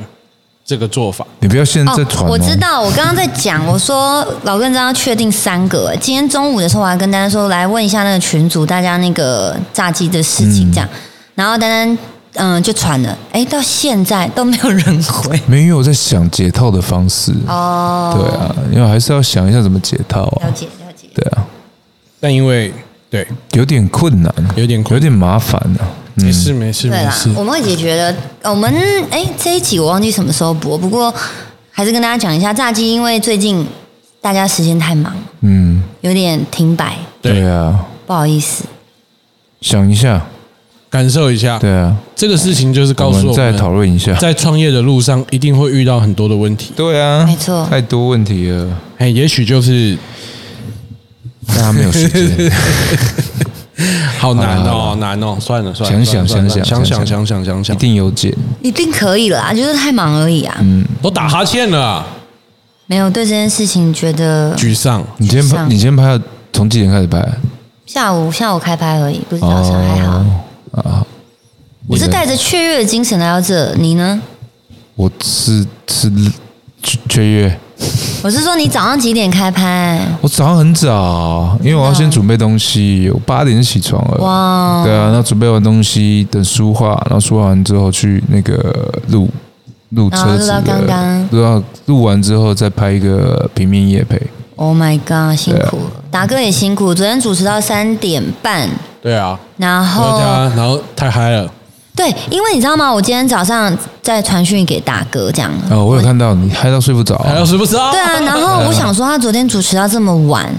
Speaker 1: 这个做法。
Speaker 2: 你不要现在再传，
Speaker 3: 哦我知，道，我刚刚在讲，我说老跟大家确定三个。今天中午的时候，我还跟丹丹说，来问一下那个群主大家那个炸鸡的事情，这样。然后丹丹嗯就传了，哎，到现在都没有人回
Speaker 2: 没有，因为我在想解套的方式，
Speaker 3: 哦。
Speaker 2: 对，啊，因为还是要想一下怎么解套啊
Speaker 3: 了，解了解。
Speaker 2: 对啊，
Speaker 1: 但因为对，
Speaker 2: 有点困难，
Speaker 1: 有点困
Speaker 2: 有点麻烦啊，
Speaker 1: 没事没事
Speaker 3: 对
Speaker 1: 没
Speaker 3: 啦
Speaker 1: 事，，
Speaker 3: 我们会解决的。呃我们哎、这一集我忘记什么时候播，不过还是跟大家讲一下，炸鸡因为最近大家时间太忙，
Speaker 2: 嗯，
Speaker 3: 有点停摆，
Speaker 2: 对
Speaker 1: 对，
Speaker 2: 啊，
Speaker 3: 不好意思。
Speaker 2: 想一下，
Speaker 1: 感受一下。
Speaker 2: 对啊，
Speaker 1: 这个事情就是告诉
Speaker 2: 我
Speaker 1: 我
Speaker 2: 们再讨论一下
Speaker 1: 在创业的路上一定会遇到很多的问题。
Speaker 2: 对啊，
Speaker 3: 没错
Speaker 2: 太多问题了，
Speaker 1: 哎，也许就是
Speaker 2: 大家没有时间，
Speaker 1: 好难
Speaker 2: 好啦好
Speaker 1: 哦，难哦，算了算
Speaker 2: 想
Speaker 1: 了，
Speaker 2: 想
Speaker 1: 算了
Speaker 2: 想
Speaker 1: 算了
Speaker 2: 想
Speaker 1: 想想想想
Speaker 2: 一
Speaker 1: 想想，
Speaker 2: 定有解，
Speaker 3: 一定可以啦，就是太忙而已啊。
Speaker 1: 都打哈欠了，啊
Speaker 3: 没有对这件事情觉得
Speaker 1: 沮丧。
Speaker 2: 你先拍，
Speaker 3: 上
Speaker 2: 你先拍到从几点开始拍？哦
Speaker 3: 下午下午开拍而已，不是早上还好。
Speaker 2: 哦啊，
Speaker 3: 我是
Speaker 2: 你呢
Speaker 3: 带着雀跃的精神来到这，你呢？
Speaker 2: 我是是雀雀跃，
Speaker 3: 我是说你早上几点开拍？
Speaker 2: 我早上很早，因为我要先准备东西，我八点就起床了。
Speaker 3: 哇
Speaker 2: 对啊，那准备完东西，等书画，然后书画完之后去那个录录
Speaker 3: 然后
Speaker 2: 车
Speaker 3: 啊录
Speaker 2: 子
Speaker 3: 到
Speaker 2: 的，
Speaker 3: 刚刚
Speaker 2: 录到录完之后再拍一个平面夜配。
Speaker 3: Oh my god，辛苦了，达哥也辛苦。昨天主持到三点半，
Speaker 1: 对啊，
Speaker 3: 然
Speaker 1: 然后
Speaker 3: 后
Speaker 1: 他然后太嗨
Speaker 2: 哦
Speaker 1: 了，
Speaker 3: 对，因为你知道吗？我今天早上在传讯给达哥这样。
Speaker 2: 啊，我有看到你嗨到睡不着、
Speaker 1: 还要是不是啊？
Speaker 3: 对啊，然 后
Speaker 2: 嗯
Speaker 3: 我想说他昨天主持到这么晚，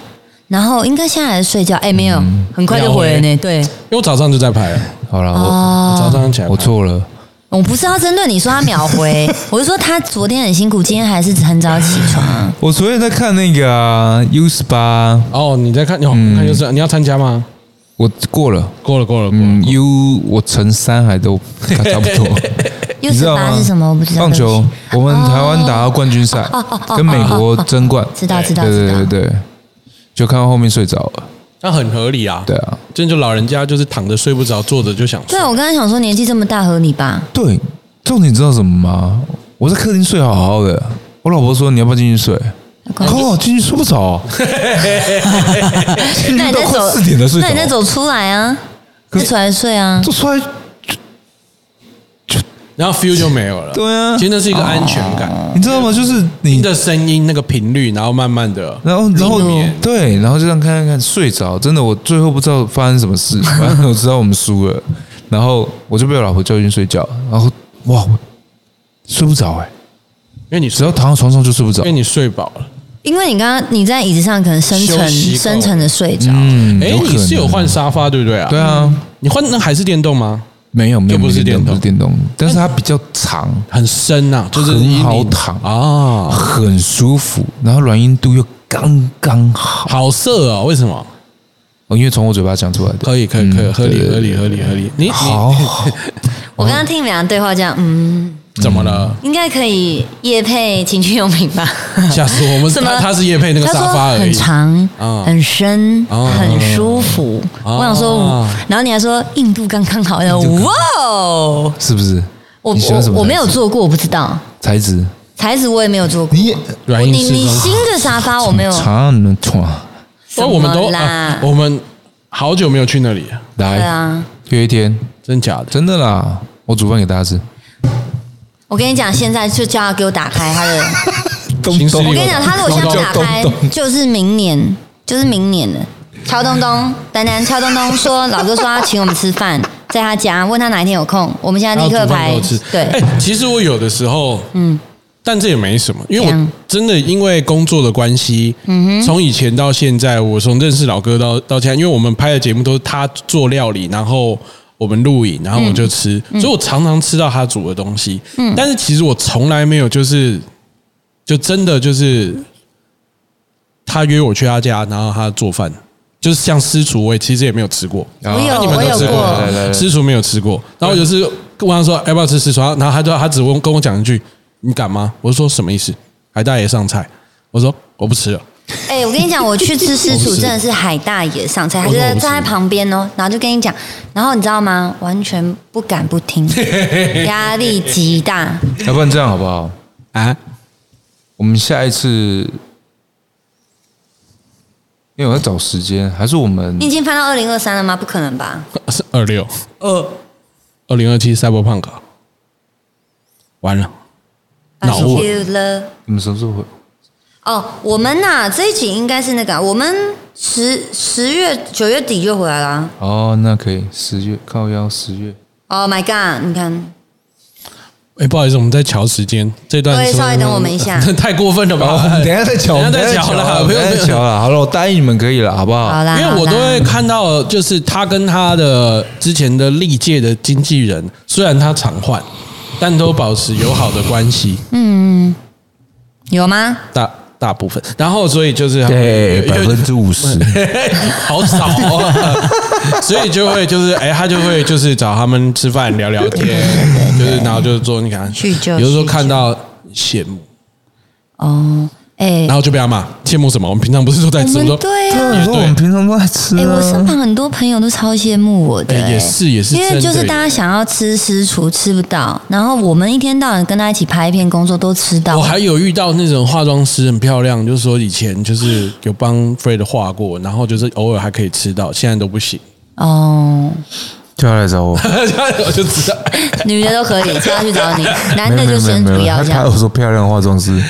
Speaker 3: 然后应该现在还在睡觉。哎，没有，
Speaker 2: 嗯
Speaker 3: 很快就回了呢。对，
Speaker 1: 因为我早上就在拍了，
Speaker 2: 好了，
Speaker 3: 哦
Speaker 2: 我、
Speaker 1: 我早上起来拍
Speaker 2: 我错了，
Speaker 3: 我不是要针对你说他秒 回，我是说他昨天很辛苦，今天还是很早起床啊。
Speaker 2: 我昨天在看那个、啊、U 十八，
Speaker 1: 哦，你在看，哦，
Speaker 2: 嗯
Speaker 1: 看就是你要参加吗？
Speaker 2: 我过了，
Speaker 1: 过了过了，过了
Speaker 2: 嗯，U 我乘三还都差不 多。
Speaker 3: 又
Speaker 2: 你
Speaker 3: 是
Speaker 2: 知道
Speaker 3: 八
Speaker 2: 吗？
Speaker 3: 是什么？我不知道。
Speaker 2: 棒
Speaker 3: 对
Speaker 2: 球
Speaker 3: 不起，
Speaker 2: 我们台湾打到冠军赛
Speaker 3: 哦哦哦，
Speaker 2: 跟美国争冠，
Speaker 3: 知道知道
Speaker 2: 对
Speaker 3: 知
Speaker 2: 对
Speaker 3: 道
Speaker 2: 对对，就看到后面睡着了。
Speaker 1: 那很合理啊。
Speaker 2: 对啊，
Speaker 1: 真就老人家就是躺着睡不着，坐着就想睡
Speaker 3: 对，。我刚才想说年纪这么大合理吧？
Speaker 2: 对，重点知道什么吗？我在客厅睡好好的，我老婆说你要不要进去睡？靠，进去睡不着，啊
Speaker 3: 那你
Speaker 2: 到
Speaker 3: 再
Speaker 2: 快
Speaker 3: 走
Speaker 2: 四点了睡着
Speaker 3: 那你再走出来啊，
Speaker 2: 可
Speaker 3: 再
Speaker 2: 是
Speaker 3: 出来睡啊。
Speaker 2: 就出来，
Speaker 1: 然后 feel 就没有了。
Speaker 2: 对啊哦
Speaker 1: 其实那是一个安全感，
Speaker 2: 你知道吗？就是你
Speaker 1: 听着声音那个频率，然后慢慢的，
Speaker 2: 然后，然后
Speaker 1: 入眠
Speaker 2: 对，然后就这样看看看，睡着。真的，我最后不知道发生什 么事，反正我知道我们输了，然后我就被我老婆叫进去睡觉，然后哇，我睡不着哎、
Speaker 1: 因为你
Speaker 2: 只
Speaker 1: 睡，
Speaker 2: 要躺到床上就睡不着
Speaker 1: 因为。你睡饱了。
Speaker 3: 因为你刚刚你在椅子上可能深
Speaker 1: 休
Speaker 3: 沉
Speaker 1: 息够
Speaker 3: 深沉的睡着，
Speaker 2: 嗯
Speaker 1: 哎，
Speaker 2: 可能
Speaker 1: 你是有换沙发对不对啊？
Speaker 2: 对，啊，
Speaker 1: 你换那还是电动吗？
Speaker 2: 没有没有
Speaker 1: 就不是
Speaker 2: 没有
Speaker 1: 电动
Speaker 2: 不是电动，但是它比较长，
Speaker 1: 很深呐，就是
Speaker 2: 很
Speaker 1: 一零
Speaker 2: 好躺
Speaker 1: 啊，
Speaker 2: 很舒服，然后软硬度又刚刚好。
Speaker 1: 好色啊！为什么？
Speaker 2: 哦，因为从我嘴巴讲出来的，
Speaker 1: 可以可以
Speaker 2: 嗯
Speaker 1: 可以，合理
Speaker 2: 对对
Speaker 1: 合理合理合理。你
Speaker 2: 好好
Speaker 3: 我刚刚听你们俩对话，这样，嗯，
Speaker 1: 你怎么了？
Speaker 3: 应该可以夜配情趣用品吧？
Speaker 2: 嗯
Speaker 1: 吓死我们！
Speaker 3: 什么
Speaker 1: 他他是叶配那个
Speaker 3: 他说
Speaker 1: 沙发而
Speaker 3: 很
Speaker 1: 已。
Speaker 3: 长
Speaker 1: 啊、
Speaker 3: 很深、
Speaker 1: 啊
Speaker 3: 很舒服。
Speaker 1: 啊
Speaker 3: 我想说，然后你还说硬度刚刚好，然后哇哦！
Speaker 2: 是不是？
Speaker 3: 我
Speaker 2: 你喜欢什
Speaker 3: 我
Speaker 2: 么
Speaker 3: 我没有
Speaker 2: 材质
Speaker 3: 做过，我不知道
Speaker 2: 材质，
Speaker 3: 材质，我也没有做过。
Speaker 2: 你
Speaker 1: 软硬
Speaker 3: 你
Speaker 1: 适
Speaker 3: 你
Speaker 1: 中
Speaker 3: 新的沙发我 没有，
Speaker 2: 长你们床。
Speaker 3: 什
Speaker 1: 那
Speaker 3: 么
Speaker 1: 我们都、
Speaker 3: 啦
Speaker 1: 啊，我们好久没有去那里了，
Speaker 2: 来，
Speaker 3: 对啊，
Speaker 2: 约一天，
Speaker 1: 真假的？
Speaker 2: 真的啦，我煮饭给大家吃。
Speaker 3: 我跟你讲，现在就叫他给我打开他的。
Speaker 1: 新势力
Speaker 3: 我跟你讲，他如果现在不打开，就是明年，就是明年了。乔东东，丹丹，乔东东说，老哥说要请我们吃饭，在他家，问他哪一天有空，我们现在立刻排
Speaker 1: 啊要煮饭给我吃。哎、
Speaker 3: 对，
Speaker 1: 其实我有的时候，
Speaker 3: 嗯，
Speaker 1: 但这也没什么，因为
Speaker 3: 怎样
Speaker 1: 我真的因为工作的关系，嗯从以前到现在，我从认识老哥到到现在，因为我们拍的节目都是他做料理，然后我们录影，然后我就吃，
Speaker 3: 嗯
Speaker 1: 所以我常常吃到他煮的东西。嗯，但是其实我从来没有就是，就真的就是他约我去他家，然后他做饭。就是像私厨，我也其实也没有吃过。
Speaker 3: 我有
Speaker 2: 啊
Speaker 1: 你们
Speaker 3: 我
Speaker 1: 都
Speaker 3: 有
Speaker 1: 吃过
Speaker 3: 过，
Speaker 2: 来来来
Speaker 1: 私厨没有吃过。然后我就是跟他说哎要不要吃私厨，然后然后他就他只问跟我讲一句：“你敢吗？”我说什么意思？海大爷上菜，我说我不吃了。
Speaker 3: 哎，我跟你讲，我去吃私
Speaker 1: 我
Speaker 3: 厨
Speaker 1: 不吃
Speaker 3: 真的是海大爷上菜，他
Speaker 1: 我
Speaker 3: 就
Speaker 1: 说我
Speaker 3: 在
Speaker 1: 不吃
Speaker 3: 站在旁边哦，然后就跟你讲，然后你知道吗？完全不敢不 听，压力极大。
Speaker 2: 要不然这样好不好？
Speaker 1: 啊，
Speaker 2: 我们下一次，因为我要找时间，还是我们
Speaker 3: 你已经翻到二零二三了吗？不可能吧？
Speaker 1: 是二六二二零二七 Cyberpunk，完了，脑雾
Speaker 3: But you love-
Speaker 2: 你们什么时候回？
Speaker 3: 哦，我们呐、这一集应该是那个，我们十十月九月底就回来啊啦。
Speaker 2: 哦，那可以，十月靠腰，十月
Speaker 3: Oh my god！你看，
Speaker 1: 哎、不好意思，我们在瞧时间，这段
Speaker 3: 各位
Speaker 1: 是
Speaker 3: 稍微等我们一下
Speaker 1: 太过分了吧？
Speaker 2: 哦好，我们等一下再瞧，
Speaker 1: 哦 等一下再
Speaker 2: 瞧
Speaker 1: 瞧啦，
Speaker 2: 等
Speaker 1: 不
Speaker 2: 一
Speaker 1: 用
Speaker 2: 下再瞧啦。好了，我答应你们可以了，好不好？
Speaker 3: 好啦，
Speaker 1: 啊因为我都会看到，就是他跟他的之前的历届的经纪人，虽然他常换，但都保持友好的关系，
Speaker 3: 嗯有吗？
Speaker 1: 大大部分。然后，所以就是
Speaker 2: 对，
Speaker 1: 有
Speaker 2: 哎百分之五十。
Speaker 1: 好少、哦， 所以就会就是哎、他就会就是找他们吃饭聊聊天，就是然后就是做你看，
Speaker 3: 叙旧
Speaker 1: 有的时候看到羡慕，
Speaker 3: 哦，哎、
Speaker 1: 然后就被他骂，羡慕什么？我们平常不是都在吃？我
Speaker 3: 我们
Speaker 1: 说
Speaker 3: 对啊，
Speaker 6: 你说我们平常都在吃
Speaker 3: 哎、我身
Speaker 6: 啊，
Speaker 3: 旁很多朋友都超羡慕我的、
Speaker 1: 哎
Speaker 3: 哎
Speaker 1: 也是也是
Speaker 3: 因为
Speaker 1: 真的
Speaker 3: 就是大家想要吃私厨吃不到，然后我们一天到晚跟他一起拍片工作都吃到
Speaker 1: 我，哦还有遇到那种化妆师很漂亮，就是说以前就是有帮 Fred 画过，然后就是偶尔还可以吃到，现在都不行。
Speaker 3: 哦，
Speaker 6: 就要来找我。
Speaker 1: 我就知道，
Speaker 3: 女的都可以，叫他 去找你，男的
Speaker 6: 没有没
Speaker 3: 就
Speaker 6: 有没
Speaker 3: 先
Speaker 6: 有
Speaker 3: 不
Speaker 6: 没有
Speaker 3: 要
Speaker 6: 他
Speaker 3: 这
Speaker 6: 他
Speaker 3: 样
Speaker 6: 有。说漂亮化妆 师，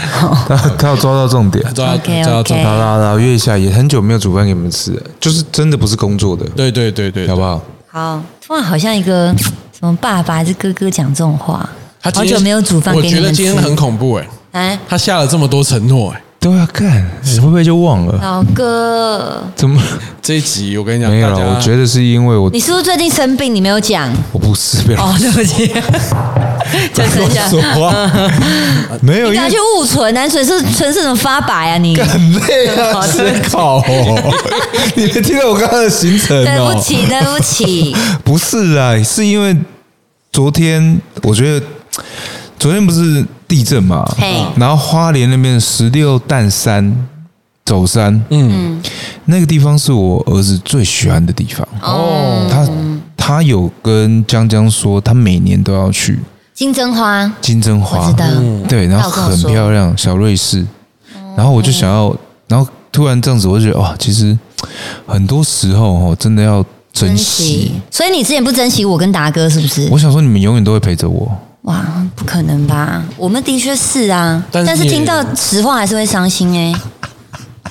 Speaker 6: 他他要抓到重点。
Speaker 1: 抓抓
Speaker 3: OK，
Speaker 1: 到
Speaker 3: OK
Speaker 1: 重
Speaker 3: 哎
Speaker 1: 点。
Speaker 2: 好啦，啦约一下，也很久没有煮饭给你们吃了，就是真的不是工作的，
Speaker 1: 对对对对，
Speaker 2: 好不好？
Speaker 3: 好，突然好像一个什么爸爸还是哥哥讲这种话，
Speaker 1: 他今
Speaker 3: 好
Speaker 1: 天
Speaker 3: 久没有煮饭
Speaker 1: 我
Speaker 3: 给你
Speaker 1: 觉得
Speaker 3: 们吃
Speaker 1: 今天。很恐怖哎、
Speaker 3: 哎，
Speaker 1: 他下了这么多承诺哎、
Speaker 6: 对啊，干，你会不会就忘 了？
Speaker 3: 老哥，
Speaker 6: 怎么
Speaker 1: 这一集我跟你讲，
Speaker 6: 没有
Speaker 1: 大
Speaker 6: 了？
Speaker 1: 家
Speaker 6: 我觉得是因为我
Speaker 3: 你是不是最近生病？你没有讲
Speaker 6: 我不是不要
Speaker 3: 哦，对不起，就剩下
Speaker 2: 说话 没有，
Speaker 3: 你
Speaker 2: 因
Speaker 3: 要
Speaker 2: 为
Speaker 3: 去误存，男水是唇是怎么发白啊你？
Speaker 2: 很累啊，
Speaker 3: 好
Speaker 2: 思
Speaker 3: 对
Speaker 2: 考哦。 你们听到我刚刚的行程
Speaker 3: 对
Speaker 2: 哦？
Speaker 3: 不起，对不起，
Speaker 2: 不是啊，是因为昨天我觉得昨天不是地震嘛
Speaker 3: 嘿，
Speaker 2: 然后花莲那边十六弹山走山，嗯，那个地方是我儿子最喜欢的地方哦。他他有跟江江说，他每年都要去
Speaker 3: 金针花，
Speaker 2: 金针
Speaker 3: 我
Speaker 2: 花
Speaker 3: 知，道，
Speaker 2: 对，然后
Speaker 3: 他有跟我
Speaker 2: 很
Speaker 3: 说哦
Speaker 2: 漂亮，小瑞士。然后我就想要，然后突然这样子，我就觉得哇，其实很多时候哦，真的要珍惜。。
Speaker 3: 所以你之前不珍惜我跟达哥是不是
Speaker 2: 我？想说，你们永远都会陪着我。
Speaker 3: 哇，不可能吧？我们的确是啊，
Speaker 1: 但
Speaker 3: 但
Speaker 1: 是
Speaker 3: 是
Speaker 1: 你
Speaker 3: 听到实话还是会伤心哎、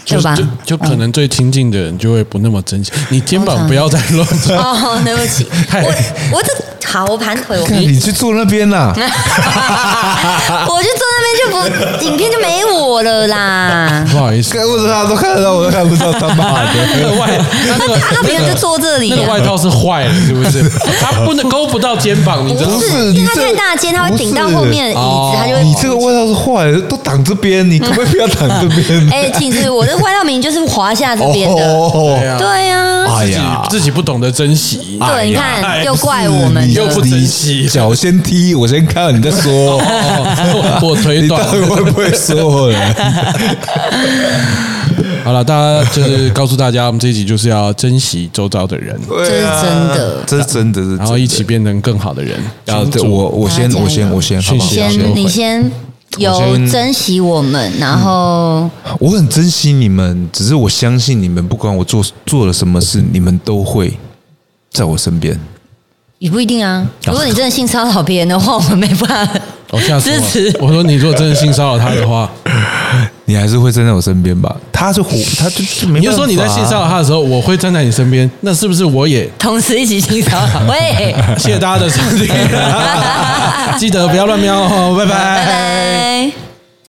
Speaker 1: 就
Speaker 3: 对吧
Speaker 1: 就？就可能最亲近的人就会不那么珍惜。你肩
Speaker 3: 嗯
Speaker 1: 膀不要再乱 转，
Speaker 3: 哦，对不起，我我这好，我盘腿，我
Speaker 2: 看你去坐那边 啦，
Speaker 3: 我就坐那边就不，影片就没我了啦。
Speaker 1: 不好意思，
Speaker 2: 看不知道都看得到，我都看不到他妈 的。
Speaker 1: 那个外那那个
Speaker 3: 他别人就坐这里、
Speaker 1: 那个
Speaker 3: 啊
Speaker 1: 外，套是坏了，是不 是？他不能勾不到肩膀，你知道吗
Speaker 3: 不？是，
Speaker 2: 你
Speaker 3: 因为他
Speaker 2: 这哦
Speaker 3: 太大间，他会顶到后面的椅
Speaker 1: 不
Speaker 3: 子，
Speaker 1: 是
Speaker 3: 他就
Speaker 2: 你
Speaker 3: 会。
Speaker 2: 这个外套是坏的，都挡这边，你可不可以不要挡这边？
Speaker 3: 哎，其实我的外道名就是华夏这边的，
Speaker 2: 哦，
Speaker 1: 对啊，
Speaker 3: 对呀，
Speaker 2: 哎
Speaker 1: 自己
Speaker 2: 呀，哎
Speaker 1: 自己不懂得珍惜，
Speaker 3: 对，你
Speaker 1: 哎
Speaker 3: 看又怪我
Speaker 2: 你
Speaker 3: 们
Speaker 1: 又
Speaker 3: 了
Speaker 1: 不珍惜
Speaker 2: 脚先踢，我先看，你再 说。
Speaker 1: 哦我我腿
Speaker 2: 你到
Speaker 1: 短。
Speaker 2: 底会不会 说呢？
Speaker 1: 好了，大家就是告诉大家，我们这一集就是要珍惜周遭的人，
Speaker 2: 这
Speaker 3: 是真的
Speaker 2: 这是真的，
Speaker 1: 啊然后一起变成更好的人。
Speaker 2: 要
Speaker 1: 群主
Speaker 2: 啊我我先
Speaker 3: 大家加油
Speaker 2: 我先我先，
Speaker 1: 谢
Speaker 2: 好不
Speaker 3: 你
Speaker 1: 谢
Speaker 2: 好？
Speaker 3: 先，你先有珍惜我们，然后
Speaker 2: 我很珍惜你们，只是我相信你们，不管我做做了什么事，你们都会在我身边。
Speaker 3: 也不一定啊。如果你真的性骚扰别人的话，我们没办法
Speaker 1: 我吓死
Speaker 3: 支持
Speaker 1: 我！我说你如果真的性骚扰他的 话，
Speaker 2: 你还是会站在我身边吧？他就虎，他就就没、
Speaker 1: 你就说你在性骚扰，他的时候，我会站在你身边，那是不是我也？
Speaker 3: 同时一起性骚扰。喂，
Speaker 1: 谢谢大家的收听，记得不要乱瞄哦，拜拜
Speaker 3: 拜拜。